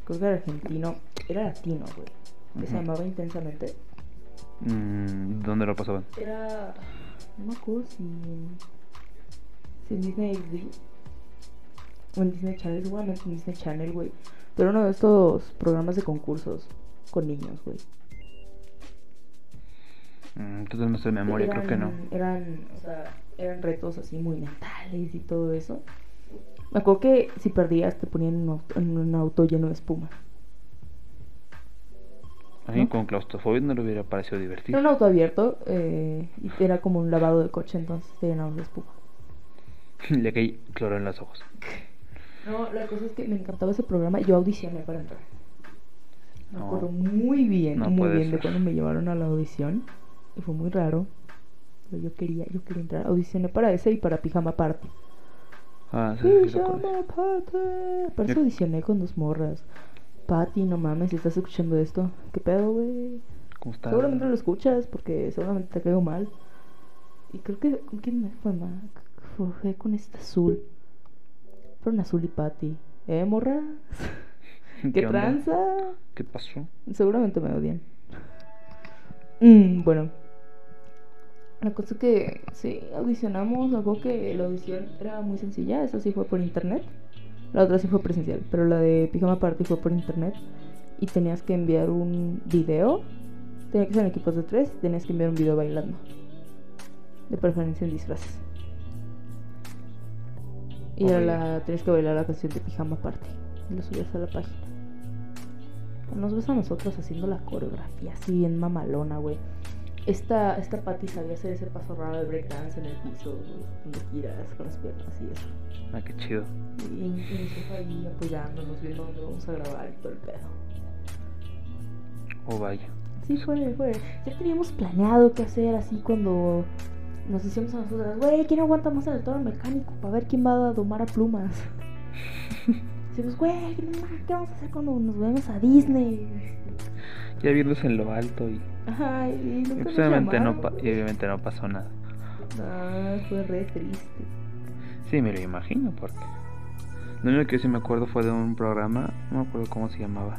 [SPEAKER 2] Creo que era argentino. Era latino, güey. Que se
[SPEAKER 3] Ujú.
[SPEAKER 2] llamaba Intensamente.
[SPEAKER 3] Mm, ¿Dónde lo pasaban?
[SPEAKER 2] Era. No me acuerdo si. en- Si en Disney XD. O en Disney Channel, seguramente en Disney Channel, güey. Pero uno de estos programas de concursos con niños, güey.
[SPEAKER 3] Mm, Tú no sé de memoria, creo que no.
[SPEAKER 2] Eran- Eran, o sea, eran retos así muy mentales y todo eso. Me acuerdo que si perdías te ponían en un auto, en un auto lleno de espuma.
[SPEAKER 3] A mí
[SPEAKER 2] ¿no?
[SPEAKER 3] con claustrofobia no le hubiera parecido divertido.
[SPEAKER 2] Era un auto abierto eh, y era como un lavado de coche, entonces te llenamos de espuma.
[SPEAKER 3] (laughs) Le caí cloro en los ojos.
[SPEAKER 2] No, la cosa es que me encantaba ese programa. Yo audicioné para entrar. Me
[SPEAKER 3] No.
[SPEAKER 2] acuerdo muy bien,
[SPEAKER 3] No
[SPEAKER 2] muy
[SPEAKER 3] puede
[SPEAKER 2] bien de
[SPEAKER 3] ser.
[SPEAKER 2] cuando me llevaron a la audición. Y fue muy raro. Pero yo quería, yo quería entrar. Audicioné para ese y para Pijama Party.
[SPEAKER 3] Ah, sí, sí, sí, lo conozco.
[SPEAKER 2] Pijama Party. Para eso
[SPEAKER 3] Yo-
[SPEAKER 2] audicioné con dos morras. Pati, no mames, si estás escuchando esto. ¿Qué pedo, güey?
[SPEAKER 3] ¿Cómo está?
[SPEAKER 2] Seguramente no lo escuchas porque seguramente te caigo mal. Y creo que. ¿Con quién me fue mal? Fue- Fue con esta azul. Fueron azul y Patty. ¿Eh, morra?
[SPEAKER 3] (laughs)
[SPEAKER 2] ¿Qué,
[SPEAKER 3] onda?
[SPEAKER 2] tranza?
[SPEAKER 3] ¿Qué pasó?
[SPEAKER 2] Seguramente me odian. Mm, bueno. La cosa es que sí, audicionamos. Algo que la audición era muy sencilla. Eso sí fue por internet. La otra sí fue presencial, pero la de Pijama Party fue por internet y tenías que enviar un video. Tenía que ser en equipos de tres, tenías que enviar un video bailando. De preferencia en disfraces. Y
[SPEAKER 3] Oh, ya.
[SPEAKER 2] era la, tenías que bailar la canción de Pijama Party. Y lo subías a la página. Nos ves a nosotros haciendo la coreografía así bien mamalona, güey. Esta, esta Patty sabía hacer ese paso raro de breakdance en el piso, güey, donde giras con las piernas y eso.
[SPEAKER 3] Ah, qué chido.
[SPEAKER 2] Y, y nosotros ahí apoyándonos, viendo dónde vamos a grabar y todo el pedo.
[SPEAKER 3] Oh, vaya.
[SPEAKER 2] Sí, fue, fue. Ya teníamos planeado qué hacer así cuando nos hicimos a nosotras, güey, ¿quién aguanta más en el toro mecánico? Para ver quién va a domar a (laughs) plumas. Decimos, güey, no mames, ¿qué vamos a hacer cuando nos vemos a Disney?
[SPEAKER 3] Ya vimos en lo alto y,
[SPEAKER 2] Ajá, y
[SPEAKER 3] y
[SPEAKER 2] nunca
[SPEAKER 3] pues,
[SPEAKER 2] nos
[SPEAKER 3] obviamente, no
[SPEAKER 2] llamaron.
[SPEAKER 3] pa- y obviamente no pasó nada.
[SPEAKER 2] Ah, fue re triste.
[SPEAKER 3] Sí, me lo imagino, porque. Lo único que sí me acuerdo fue de un programa, no me acuerdo cómo se llamaba.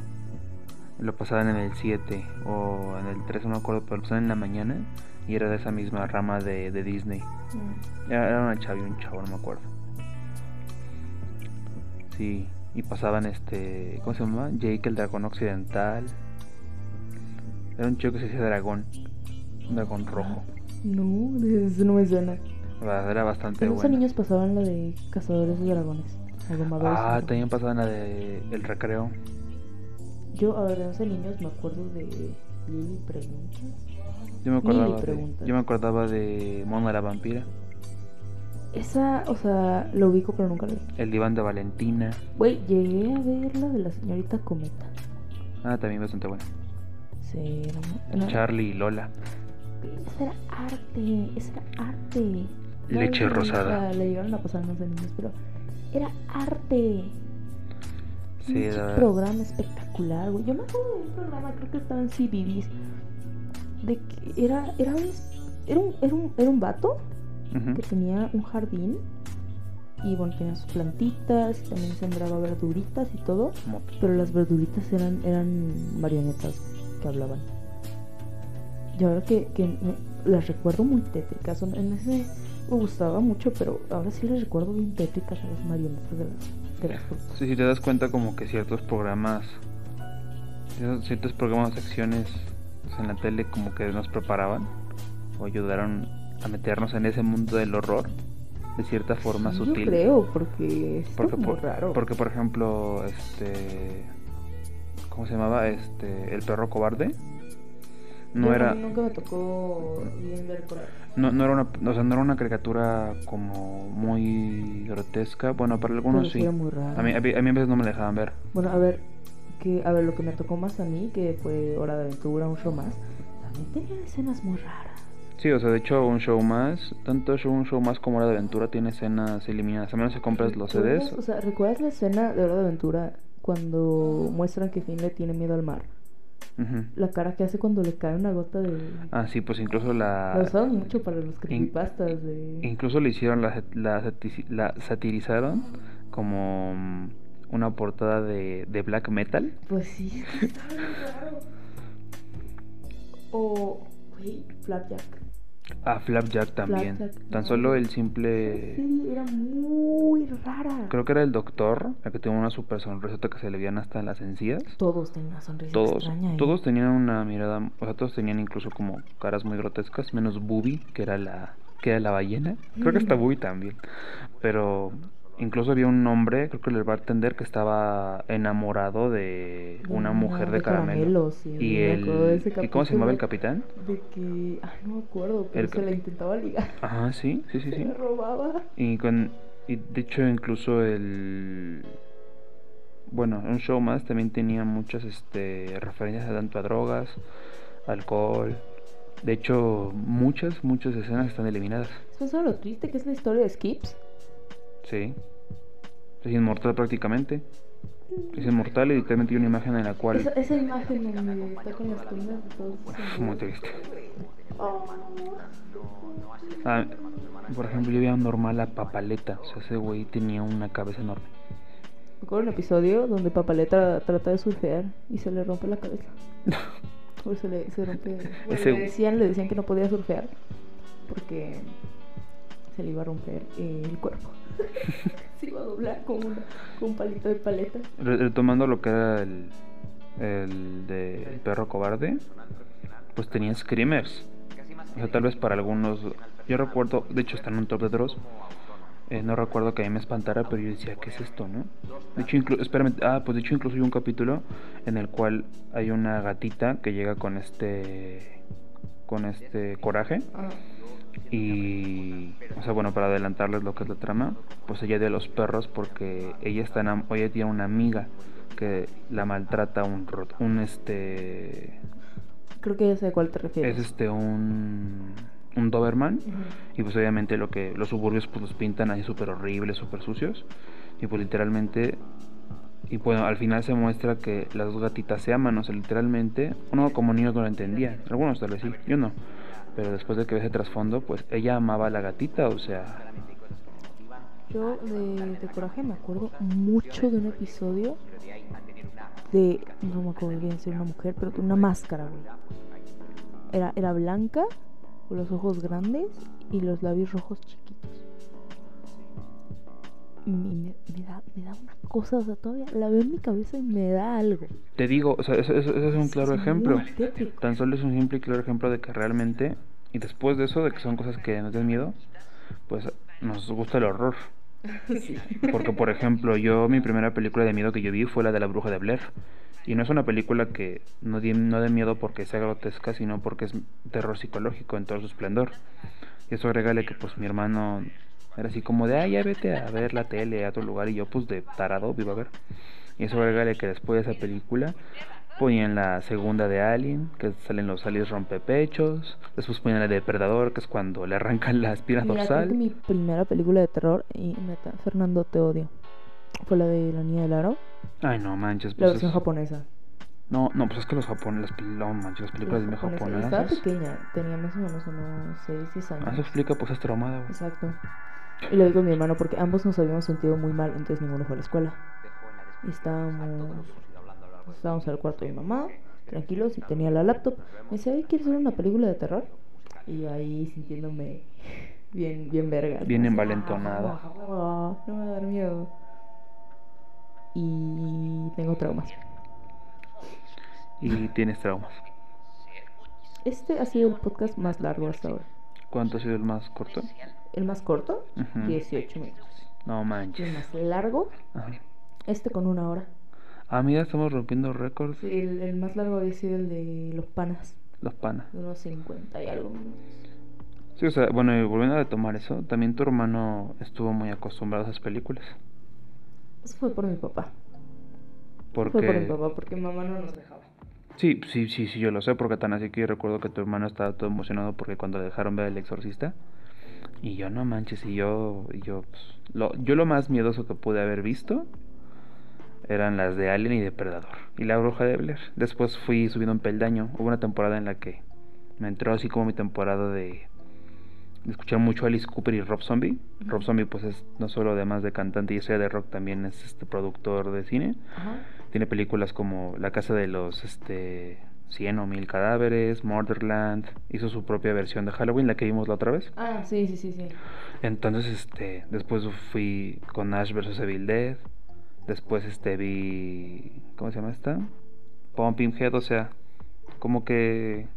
[SPEAKER 3] Lo pasaban en el 7 o en el 13, no me acuerdo, pero lo pasaban en la mañana y era de esa misma rama de, de Disney.
[SPEAKER 2] Ah,
[SPEAKER 3] Era, era una chava y un chavo, no me acuerdo. Sí, y pasaban este. ¿Cómo se llamaba? Jake el dragón occidental. Era un chico que se decía dragón. Un dragón rojo.
[SPEAKER 2] No, (laughs) eso no me suena.
[SPEAKER 3] Era bastante
[SPEAKER 2] Pero esos
[SPEAKER 3] bueno.
[SPEAKER 2] niños pasaban la de cazadores de dragones. O domadores de
[SPEAKER 3] Ah,
[SPEAKER 2] dragones.
[SPEAKER 3] también pasaban la de El Recreo.
[SPEAKER 2] Yo, a ver, de 11 niños me acuerdo de Lili Preguntas.
[SPEAKER 3] Yo me
[SPEAKER 2] Mil y
[SPEAKER 3] acordaba de,
[SPEAKER 2] preguntas.
[SPEAKER 3] yo me acordaba de Mona la vampira,
[SPEAKER 2] Esa, o sea, lo ubico pero nunca la vi.
[SPEAKER 3] El diván de Valentina.
[SPEAKER 2] Güey, llegué a ver la de la señorita Cometa.
[SPEAKER 3] Ah, también bastante buena.
[SPEAKER 2] Sí, era mu- era-
[SPEAKER 3] Charlie y Lola.
[SPEAKER 2] Esa era arte, esa era arte. No,
[SPEAKER 3] Leche
[SPEAKER 2] no, no,
[SPEAKER 3] rosada.
[SPEAKER 2] o sea, le llegaron a pasar no sé niños, pero era arte.
[SPEAKER 3] Sí,
[SPEAKER 2] Pinche
[SPEAKER 3] era-
[SPEAKER 2] programa espectacular, güey. Yo me acuerdo de un programa, creo que estaba en CBBS, de que era, era un, era un, era un, era un vato
[SPEAKER 3] Ujú.
[SPEAKER 2] que tenía un jardín y bueno, tenía sus plantitas y también sembraba verduritas y todo,
[SPEAKER 3] Como-
[SPEAKER 2] pero las verduritas eran, eran marionetas que hablaban. Y ahora que, que me- las recuerdo muy tétricas, son- en ese me gustaba mucho, pero ahora sí las recuerdo bien tétricas a las marionetas de las, de las frutas.
[SPEAKER 3] Sí, si te das cuenta como que ciertos programas, ciertos- ciertos programas, acciones pues, en la tele como que nos preparaban o ayudaron a meternos en ese mundo del horror de cierta forma
[SPEAKER 2] Sí,
[SPEAKER 3] sutil.
[SPEAKER 2] Yo creo, porque esto
[SPEAKER 3] Porque
[SPEAKER 2] es muy
[SPEAKER 3] por,
[SPEAKER 2] raro.
[SPEAKER 3] porque por ejemplo, este ¿cómo se llamaba? Este El perro cobarde. No
[SPEAKER 2] Yo-
[SPEAKER 3] era
[SPEAKER 2] a mí nunca me tocó bien ver por ahí.
[SPEAKER 3] no, no era una, o sea, no era una caricatura como muy grotesca. Bueno, para algunos
[SPEAKER 2] Pero sí
[SPEAKER 3] sí.
[SPEAKER 2] era muy raro.
[SPEAKER 3] A mí, a mí a mí a veces no me la dejaban ver.
[SPEAKER 2] Bueno, a ver, que, a ver, lo que me tocó más a mí, que fue Hora de Aventura, un show más, también tenía escenas muy raras.
[SPEAKER 3] Sí, o sea, de hecho, un show más, tanto show, un show más como Hora de Aventura tiene escenas eliminadas. A menos que compras los
[SPEAKER 2] ¿Recuerdas-
[SPEAKER 3] CDs.
[SPEAKER 2] O sea, ¿recuerdas la escena de Hora de Aventura cuando muestran que Finn le tiene miedo al mar?
[SPEAKER 3] Ujú.
[SPEAKER 2] La cara que hace cuando le cae una gota de...
[SPEAKER 3] Ah, sí, pues incluso
[SPEAKER 2] La
[SPEAKER 3] la.
[SPEAKER 2] usaron mucho para los creepypastas de...
[SPEAKER 3] Incluso le hicieron la, sat- la, sati- la satirizaron como mm, una portada de, de black metal.
[SPEAKER 2] Pues sí, (laughs) es que está bien raro. O, güey, Flapjack.
[SPEAKER 3] A Flapjack también.
[SPEAKER 2] Flapjack,
[SPEAKER 3] Tan
[SPEAKER 2] no.
[SPEAKER 3] solo el
[SPEAKER 2] Esa
[SPEAKER 3] simple.
[SPEAKER 2] serie era muy rara.
[SPEAKER 3] Eh, Creo que era el doctor, el que tuvo una super sonrisota que se le veían hasta las encías.
[SPEAKER 2] Todos tenían una sonrisa
[SPEAKER 3] Todos,
[SPEAKER 2] extraña. ¿eh? y-
[SPEAKER 3] todos tenían una mirada, o sea, todos tenían incluso como caras muy grotescas, menos Bubi, que era la que era la ballena. Creo que
[SPEAKER 2] Mm.
[SPEAKER 3] hasta Bubi también. Pero incluso había un hombre, creo que el bartender que estaba enamorado de una mujer de, caramelo.
[SPEAKER 2] caramelos, sí,
[SPEAKER 3] y
[SPEAKER 2] me
[SPEAKER 3] el
[SPEAKER 2] acuerdo de ese
[SPEAKER 3] ¿y cómo se llamaba el
[SPEAKER 2] capítulo.
[SPEAKER 3] capitán?
[SPEAKER 2] De que, ah, no me acuerdo, pero
[SPEAKER 3] El
[SPEAKER 2] se
[SPEAKER 3] ca-
[SPEAKER 2] la intentaba ligar.
[SPEAKER 3] Ajá, sí, sí, sí,
[SPEAKER 2] Se (laughs)
[SPEAKER 3] sí.
[SPEAKER 2] la robaba.
[SPEAKER 3] Y con y de hecho incluso el bueno, un show más también tenía muchas este referencias a tanto a drogas, alcohol. De hecho, muchas muchas escenas están eliminadas.
[SPEAKER 2] ¿Has pensado lo triste que es la historia de Skips?
[SPEAKER 3] Sí. Es inmortal prácticamente. Es inmortal y literalmente hay una imagen en la cual
[SPEAKER 2] Esa, esa imagen donde está con las tiendas de todos.
[SPEAKER 3] Uf,
[SPEAKER 2] esos
[SPEAKER 3] muy
[SPEAKER 2] amigos.
[SPEAKER 3] triste.
[SPEAKER 2] Oh.
[SPEAKER 3] Ah, por ejemplo, yo veía normal a Papaleta, o sea, ese güey tenía una cabeza enorme.
[SPEAKER 2] Me acuerdo de un episodio donde Papaleta trata de surfear y se le rompe la cabeza. o se le se rompe. bueno,
[SPEAKER 3] Ese-
[SPEAKER 2] le, decían, le decían que no podía surfear porque se le iba a romper eh, el cuerpo. (laughs) se iba a doblar con, una- con un palito de paleta.
[SPEAKER 3] Re- Retomando lo que era el, el de El perro cobarde, pues tenía screamers. O sea, tal vez para algunos. Yo recuerdo, de hecho, está en un top de Dross. eh, no recuerdo que a mí me espantara, pero yo decía, ¿qué es esto, no? De hecho, inclu- espérame, ah, pues de hecho, incluso hay un capítulo en el cual hay una gatita que llega con este. con este coraje.
[SPEAKER 2] Ah,
[SPEAKER 3] Y, o sea, bueno, para adelantarles lo que es la trama, pues ella de los perros porque ella está enam- o ella tiene una amiga que la maltrata un rot- un este
[SPEAKER 2] creo que ya sé a cuál te refieres.
[SPEAKER 3] es este un un doberman
[SPEAKER 2] Ujú.
[SPEAKER 3] y pues obviamente lo que los suburbios pues los pintan ahí súper horribles, súper sucios y pues literalmente y bueno, al final se muestra que las dos gatitas se aman, o sea, literalmente, uno como niño no lo entendía, algunos tal vez sí, yo no, pero después de que ves el trasfondo, pues ella amaba a la gatita, o sea,
[SPEAKER 2] Yo de, de Coraje me acuerdo mucho de un episodio de, no me acuerdo bien si era una mujer, pero de una máscara, güey. Era, era blanca, con los ojos grandes y los labios rojos chiquitos. Y me, me da, me da una cosa, o sea, todavía la veo en mi cabeza y me da algo.
[SPEAKER 3] te digo, o sea, eso, eso- eso es un claro
[SPEAKER 2] Es muy
[SPEAKER 3] ejemplo,
[SPEAKER 2] tétrico.
[SPEAKER 3] tan solo es un simple y claro ejemplo de que realmente, y después de eso, de que son cosas que nos dan miedo, pues nos gusta el horror. Porque, por ejemplo, yo mi primera película de miedo que yo vi fue la de la bruja de Blair. Y no es una película que no, di- no de miedo porque sea grotesca, sino porque es terror psicológico en todo su esplendor. Y eso regale que pues mi hermano era así como de, ay, ya vete a ver la tele a otro lugar. Y yo pues de tarado vivo a ver. Y eso regale que después de esa película ponían la segunda de Alien, que salen los aliens rompepechos. Después ponían la de Depredador, que es cuando le arrancan la espina
[SPEAKER 2] Mira, creo
[SPEAKER 3] dorsal.
[SPEAKER 2] que mi primera película de terror, y neta, Fernando, te odio. Fue la de La Niña del Aro,
[SPEAKER 3] Ay, no manches.
[SPEAKER 2] la
[SPEAKER 3] Pues
[SPEAKER 2] versión
[SPEAKER 3] es-
[SPEAKER 2] japonesa.
[SPEAKER 3] No, no, pues es que los japoneses, las, pel- no manches, las películas de
[SPEAKER 2] japonesa. Estaba
[SPEAKER 3] japonesas.
[SPEAKER 2] pequeña, tenía más o menos unos 6, 10
[SPEAKER 3] Ah, Eso
[SPEAKER 2] años.
[SPEAKER 3] explica, pues es traumada, güey.
[SPEAKER 2] Exacto. Y lo digo con mi hermano porque ambos nos habíamos sentido muy mal, entonces ninguno fue a la escuela. Y estábamos, estábamos al cuarto de mi mamá, tranquilos, y tenía la laptop. Me decía, "Ay, ¿quieres ver una película de terror? Y yo ahí sintiéndome (laughs) bien, bien verga. "Ah,
[SPEAKER 3] Bien envalentonada.
[SPEAKER 2] no me va a dar miedo. Y tengo traumas.
[SPEAKER 3] Y tienes traumas.
[SPEAKER 2] Este ha sido el podcast más largo hasta ahora.
[SPEAKER 3] ¿Cuánto ha sido el más corto?
[SPEAKER 2] El más corto,
[SPEAKER 3] Ujú.
[SPEAKER 2] 18 minutos.
[SPEAKER 3] No
[SPEAKER 2] Y el
[SPEAKER 3] manches.
[SPEAKER 2] más largo,
[SPEAKER 3] Ajá.
[SPEAKER 2] este con una hora.
[SPEAKER 3] Ah, mira, estamos rompiendo récords.
[SPEAKER 2] Sí, el, el más largo había sido el de los panas,
[SPEAKER 3] Los panas.
[SPEAKER 2] de unos 50 y algo.
[SPEAKER 3] Sí, o sea, bueno, y volviendo a retomar eso, también tu hermano estuvo muy acostumbrado a esas películas.
[SPEAKER 2] Eso fue por mi papá. Fue por mi
[SPEAKER 3] Porque.
[SPEAKER 2] papá, porque mamá no nos dejaba.
[SPEAKER 3] Sí, sí, sí, sí, yo lo sé, porque tan así que yo recuerdo que tu hermano estaba todo emocionado porque cuando le dejaron ver El Exorcista. Y yo, no manches, y yo, y yo, pues, lo, yo lo más miedoso que pude haber visto eran las de Alien y Depredador. Y la bruja de Blair. Después fui subiendo un peldaño. Hubo una temporada en la que me entró así como mi temporada de, de escuchar mucho Alice Cooper y Rob Zombie. Rob
[SPEAKER 2] Ujú.
[SPEAKER 3] Zombie, pues, es no solo además de cantante y estrella de rock, también es este productor de cine.
[SPEAKER 2] Ajá.
[SPEAKER 3] Tiene películas como La casa de los este, 100 o 1000 cadáveres, Murderland, hizo su propia versión de Halloween, la que vimos la otra vez.
[SPEAKER 2] Ah, sí, sí, sí, sí.
[SPEAKER 3] Entonces, este, después fui con Ash vs. Evil Dead, después este, vi, ¿cómo se llama esta? Pumpkinhead, o sea, como que,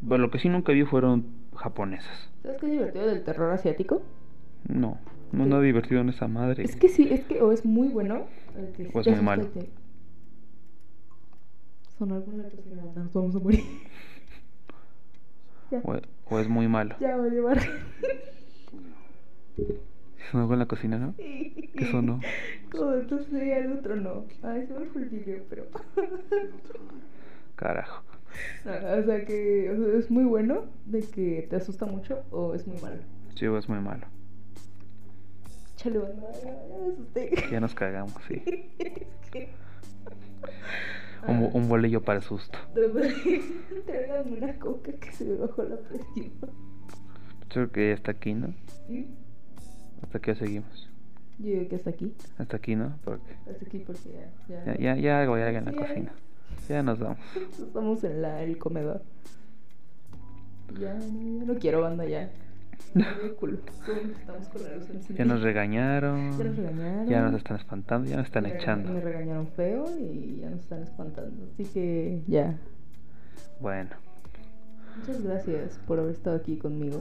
[SPEAKER 3] bueno, lo que sí nunca vi fueron japonesas.
[SPEAKER 2] ¿Sabes qué es divertido del terror asiático?
[SPEAKER 3] No, no, no divertido en esa madre.
[SPEAKER 2] Es que sí, es que o es muy bueno o, que sí
[SPEAKER 3] O es muy
[SPEAKER 2] te asusta
[SPEAKER 3] malo.
[SPEAKER 2] y te- Sonó algún lato sin levantar, nos vamos a morir. (laughs) ya,
[SPEAKER 3] O, o es muy malo.
[SPEAKER 2] ya, voy a llevar.
[SPEAKER 3] Sonó algo en la cocina, ¿no? ¿Qué sonó?
[SPEAKER 2] Como entonces sería el otro no. Ay, se me fue el video, pero.
[SPEAKER 3] Carajo.
[SPEAKER 2] No, o sea que o sea, es muy bueno de que te asusta mucho o es muy malo.
[SPEAKER 3] Sí, o es muy malo.
[SPEAKER 2] Chale, banda, ya ya me asusté.
[SPEAKER 3] Ya nos cagamos,
[SPEAKER 2] (laughs)
[SPEAKER 3] sí.
[SPEAKER 2] es que.
[SPEAKER 3] Un, bo-
[SPEAKER 2] (laughs) Ah,
[SPEAKER 3] un bolillo para el susto.
[SPEAKER 2] (laughs) tra- Tráigame una coca que se me bajó la presión.
[SPEAKER 3] Creo que hasta aquí, ¿no?
[SPEAKER 2] ¿Sí?
[SPEAKER 3] Hasta aquí ya seguimos.
[SPEAKER 2] Yo digo que hasta aquí.
[SPEAKER 3] Hasta aquí, ¿no? Porque
[SPEAKER 2] Hasta aquí porque ya. Ya,
[SPEAKER 3] ya,
[SPEAKER 2] (laughs)
[SPEAKER 3] ya, ya algo, ya algo en la
[SPEAKER 2] Sí.
[SPEAKER 3] cocina. Ya nos vamos.
[SPEAKER 2] Estamos en la, el comedor. Ya, no, ya no quiero banda ya. Ridículo. Estamos con la luz encendida.
[SPEAKER 3] Ya nos regañaron.
[SPEAKER 2] (laughs) Ya nos regañaron.
[SPEAKER 3] Ya nos están espantando, ya nos están
[SPEAKER 2] Me rega- Me
[SPEAKER 3] echando.
[SPEAKER 2] regañaron feo y ya nos están espantando. Así que ya.
[SPEAKER 3] Bueno,
[SPEAKER 2] Muchas gracias por haber estado aquí conmigo.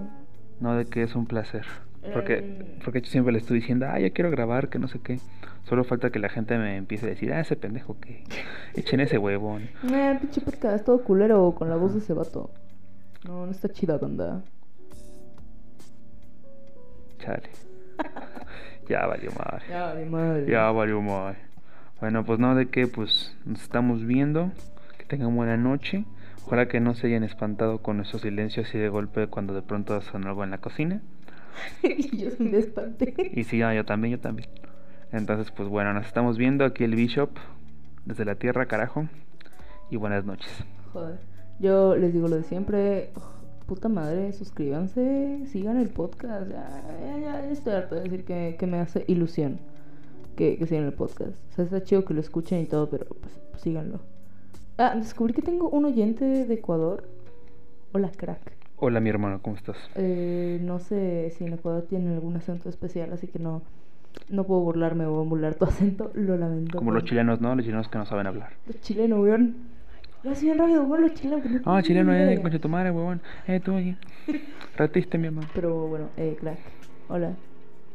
[SPEAKER 3] no de que es un placer. Porque,
[SPEAKER 2] Em.
[SPEAKER 3] porque yo siempre le estoy diciendo, ah, yo quiero grabar, que no sé qué. Solo falta que la gente me empiece a decir, ah, ese pendejo
[SPEAKER 2] (laughs)
[SPEAKER 3] que. Echen ese huevón.
[SPEAKER 2] Eh, pinche podcast, todo culero con la voz de ese vato. No, no está chida, banda.
[SPEAKER 3] Chale. (laughs) ya valió madre.
[SPEAKER 2] Ya, de madre.
[SPEAKER 3] Ya valió madre. Bueno, pues no, de que pues nos estamos viendo. Que tengan buena noche. Ojalá que no se hayan espantado con nuestros silencios y de golpe cuando de pronto sonó algo en la cocina.
[SPEAKER 2] (laughs) y yo sí me espanté.
[SPEAKER 3] Y sí, ah, yo también, yo también. Entonces, pues bueno, nos estamos viendo aquí el Bishop desde la tierra, carajo. Y buenas noches.
[SPEAKER 2] Joder. Yo les digo lo de siempre. Ugh, Puta madre, suscríbanse, sigan el podcast. Ya, ya, ya, ya estoy harto de decir que, que me hace ilusión que, que sigan el podcast. O sea, está chido que lo escuchen y todo, pero pues, pues, síganlo. Ah, descubrí que tengo un oyente de Ecuador. Hola, crack.
[SPEAKER 3] Hola, mi hermano, ¿cómo estás?
[SPEAKER 2] Eh, no sé si en Ecuador tienen algún acento especial, así que no, no puedo burlarme o burlar tu acento. Lo lamento.
[SPEAKER 3] Como los
[SPEAKER 2] weón.
[SPEAKER 3] chilenos, ¿no? Los chilenos que no saben hablar.
[SPEAKER 2] Los chilenos, weón. Lo hacían rápido, weón, los chilenos. que
[SPEAKER 3] Ah, chileno, eh,
[SPEAKER 2] tienen
[SPEAKER 3] concha
[SPEAKER 2] idea.
[SPEAKER 3] tu madre, huevón. Eh, tú, eh. Ratiste, mi hermano.
[SPEAKER 2] Pero bueno, eh, crack. Hola.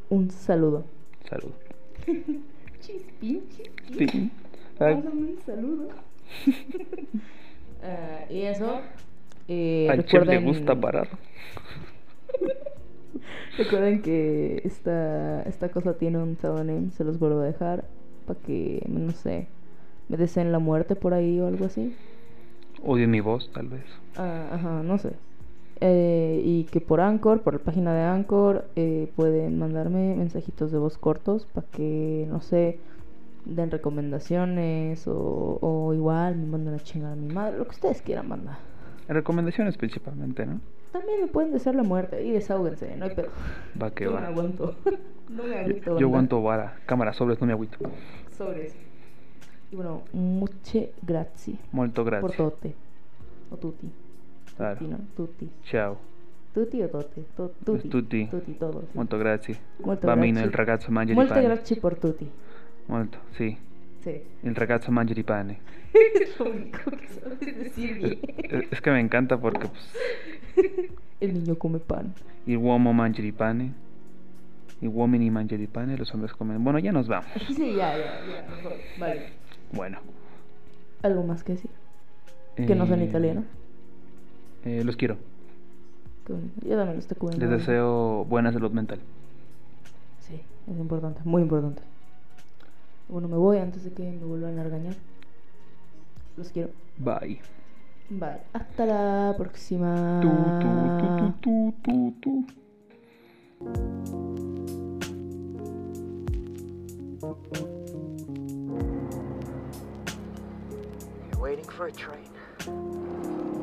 [SPEAKER 2] Un saludo.
[SPEAKER 3] Saludos.
[SPEAKER 2] (laughs) Chispín, chispín.
[SPEAKER 3] Sí.
[SPEAKER 2] Mándame un
[SPEAKER 3] (laughs)
[SPEAKER 2] saludo. (laughs) Ah, y eso. Eh,
[SPEAKER 3] Al chef le
[SPEAKER 2] recuerden,
[SPEAKER 3] gusta parar.
[SPEAKER 2] Recuerden que esta, esta cosa tiene un pseudonym, se los vuelvo a dejar para que, no sé, me deseen la muerte por ahí o algo así.
[SPEAKER 3] Odio mi voz, tal vez.
[SPEAKER 2] Ah, ajá, no sé. Eh, y que por Anchor, por la página de Anchor, eh, pueden mandarme mensajitos de voz cortos para que, no sé, den recomendaciones o, o igual me mandan a chingar a mi madre, lo que ustedes quieran mandar.
[SPEAKER 3] Recomendaciones principalmente, ¿no?
[SPEAKER 2] También me pueden desear la muerte y desahúguense, no hay pedo.
[SPEAKER 3] Va que
[SPEAKER 2] Yo
[SPEAKER 3] va.
[SPEAKER 2] me aguanto. (laughs) no me
[SPEAKER 3] Yo,
[SPEAKER 2] agüito,
[SPEAKER 3] yo
[SPEAKER 2] banda.
[SPEAKER 3] aguanto vara. Cámara, sobres, no me agüito.
[SPEAKER 2] Sobres. Y bueno, muche grazie
[SPEAKER 3] Molto
[SPEAKER 2] por
[SPEAKER 3] gracias.
[SPEAKER 2] tote. O tutti.
[SPEAKER 3] Claro.
[SPEAKER 2] Tutti, ¿no? Tutti.
[SPEAKER 3] Chao.
[SPEAKER 2] Tutti o tote. To- tutti.
[SPEAKER 3] tutti.
[SPEAKER 2] Tutti, todo. sí.
[SPEAKER 3] Molto grazie.
[SPEAKER 2] Molto
[SPEAKER 3] Bambino,
[SPEAKER 2] grazie.
[SPEAKER 3] il ragazzo mangia di
[SPEAKER 2] Molte
[SPEAKER 3] pane.
[SPEAKER 2] grazie por tutti.
[SPEAKER 3] Molto, sí.
[SPEAKER 2] Sí.
[SPEAKER 3] El ragazzo mangia di pane.
[SPEAKER 2] es (laughs) lo único que sabes decir
[SPEAKER 3] Es,
[SPEAKER 2] bien.
[SPEAKER 3] es que me encanta porque pues,
[SPEAKER 2] El niño come pan.
[SPEAKER 3] il uomo mangia di pane, i uomini mangia di pane, los hombres comen. Bueno, ya nos vamos.
[SPEAKER 2] (laughs) Sí, ya, ya, ya. mejor. Vale.
[SPEAKER 3] Bueno.
[SPEAKER 2] ¿Algo más que decir? Que no sea en
[SPEAKER 3] eh,
[SPEAKER 2] italiano.
[SPEAKER 3] eh, los quiero.
[SPEAKER 2] Qué bonito. Yo también lo estoy comiendo.
[SPEAKER 3] Les deseo buena salud mental.
[SPEAKER 2] Sí, es importante, muy importante. Bueno, me voy antes de que me vuelvan a regañar. Los quiero.
[SPEAKER 3] Bye.
[SPEAKER 2] Vale, hasta la próxima.
[SPEAKER 3] Tu, tu, tu, tu, tu, tu.
[SPEAKER 4] You're waiting for a train.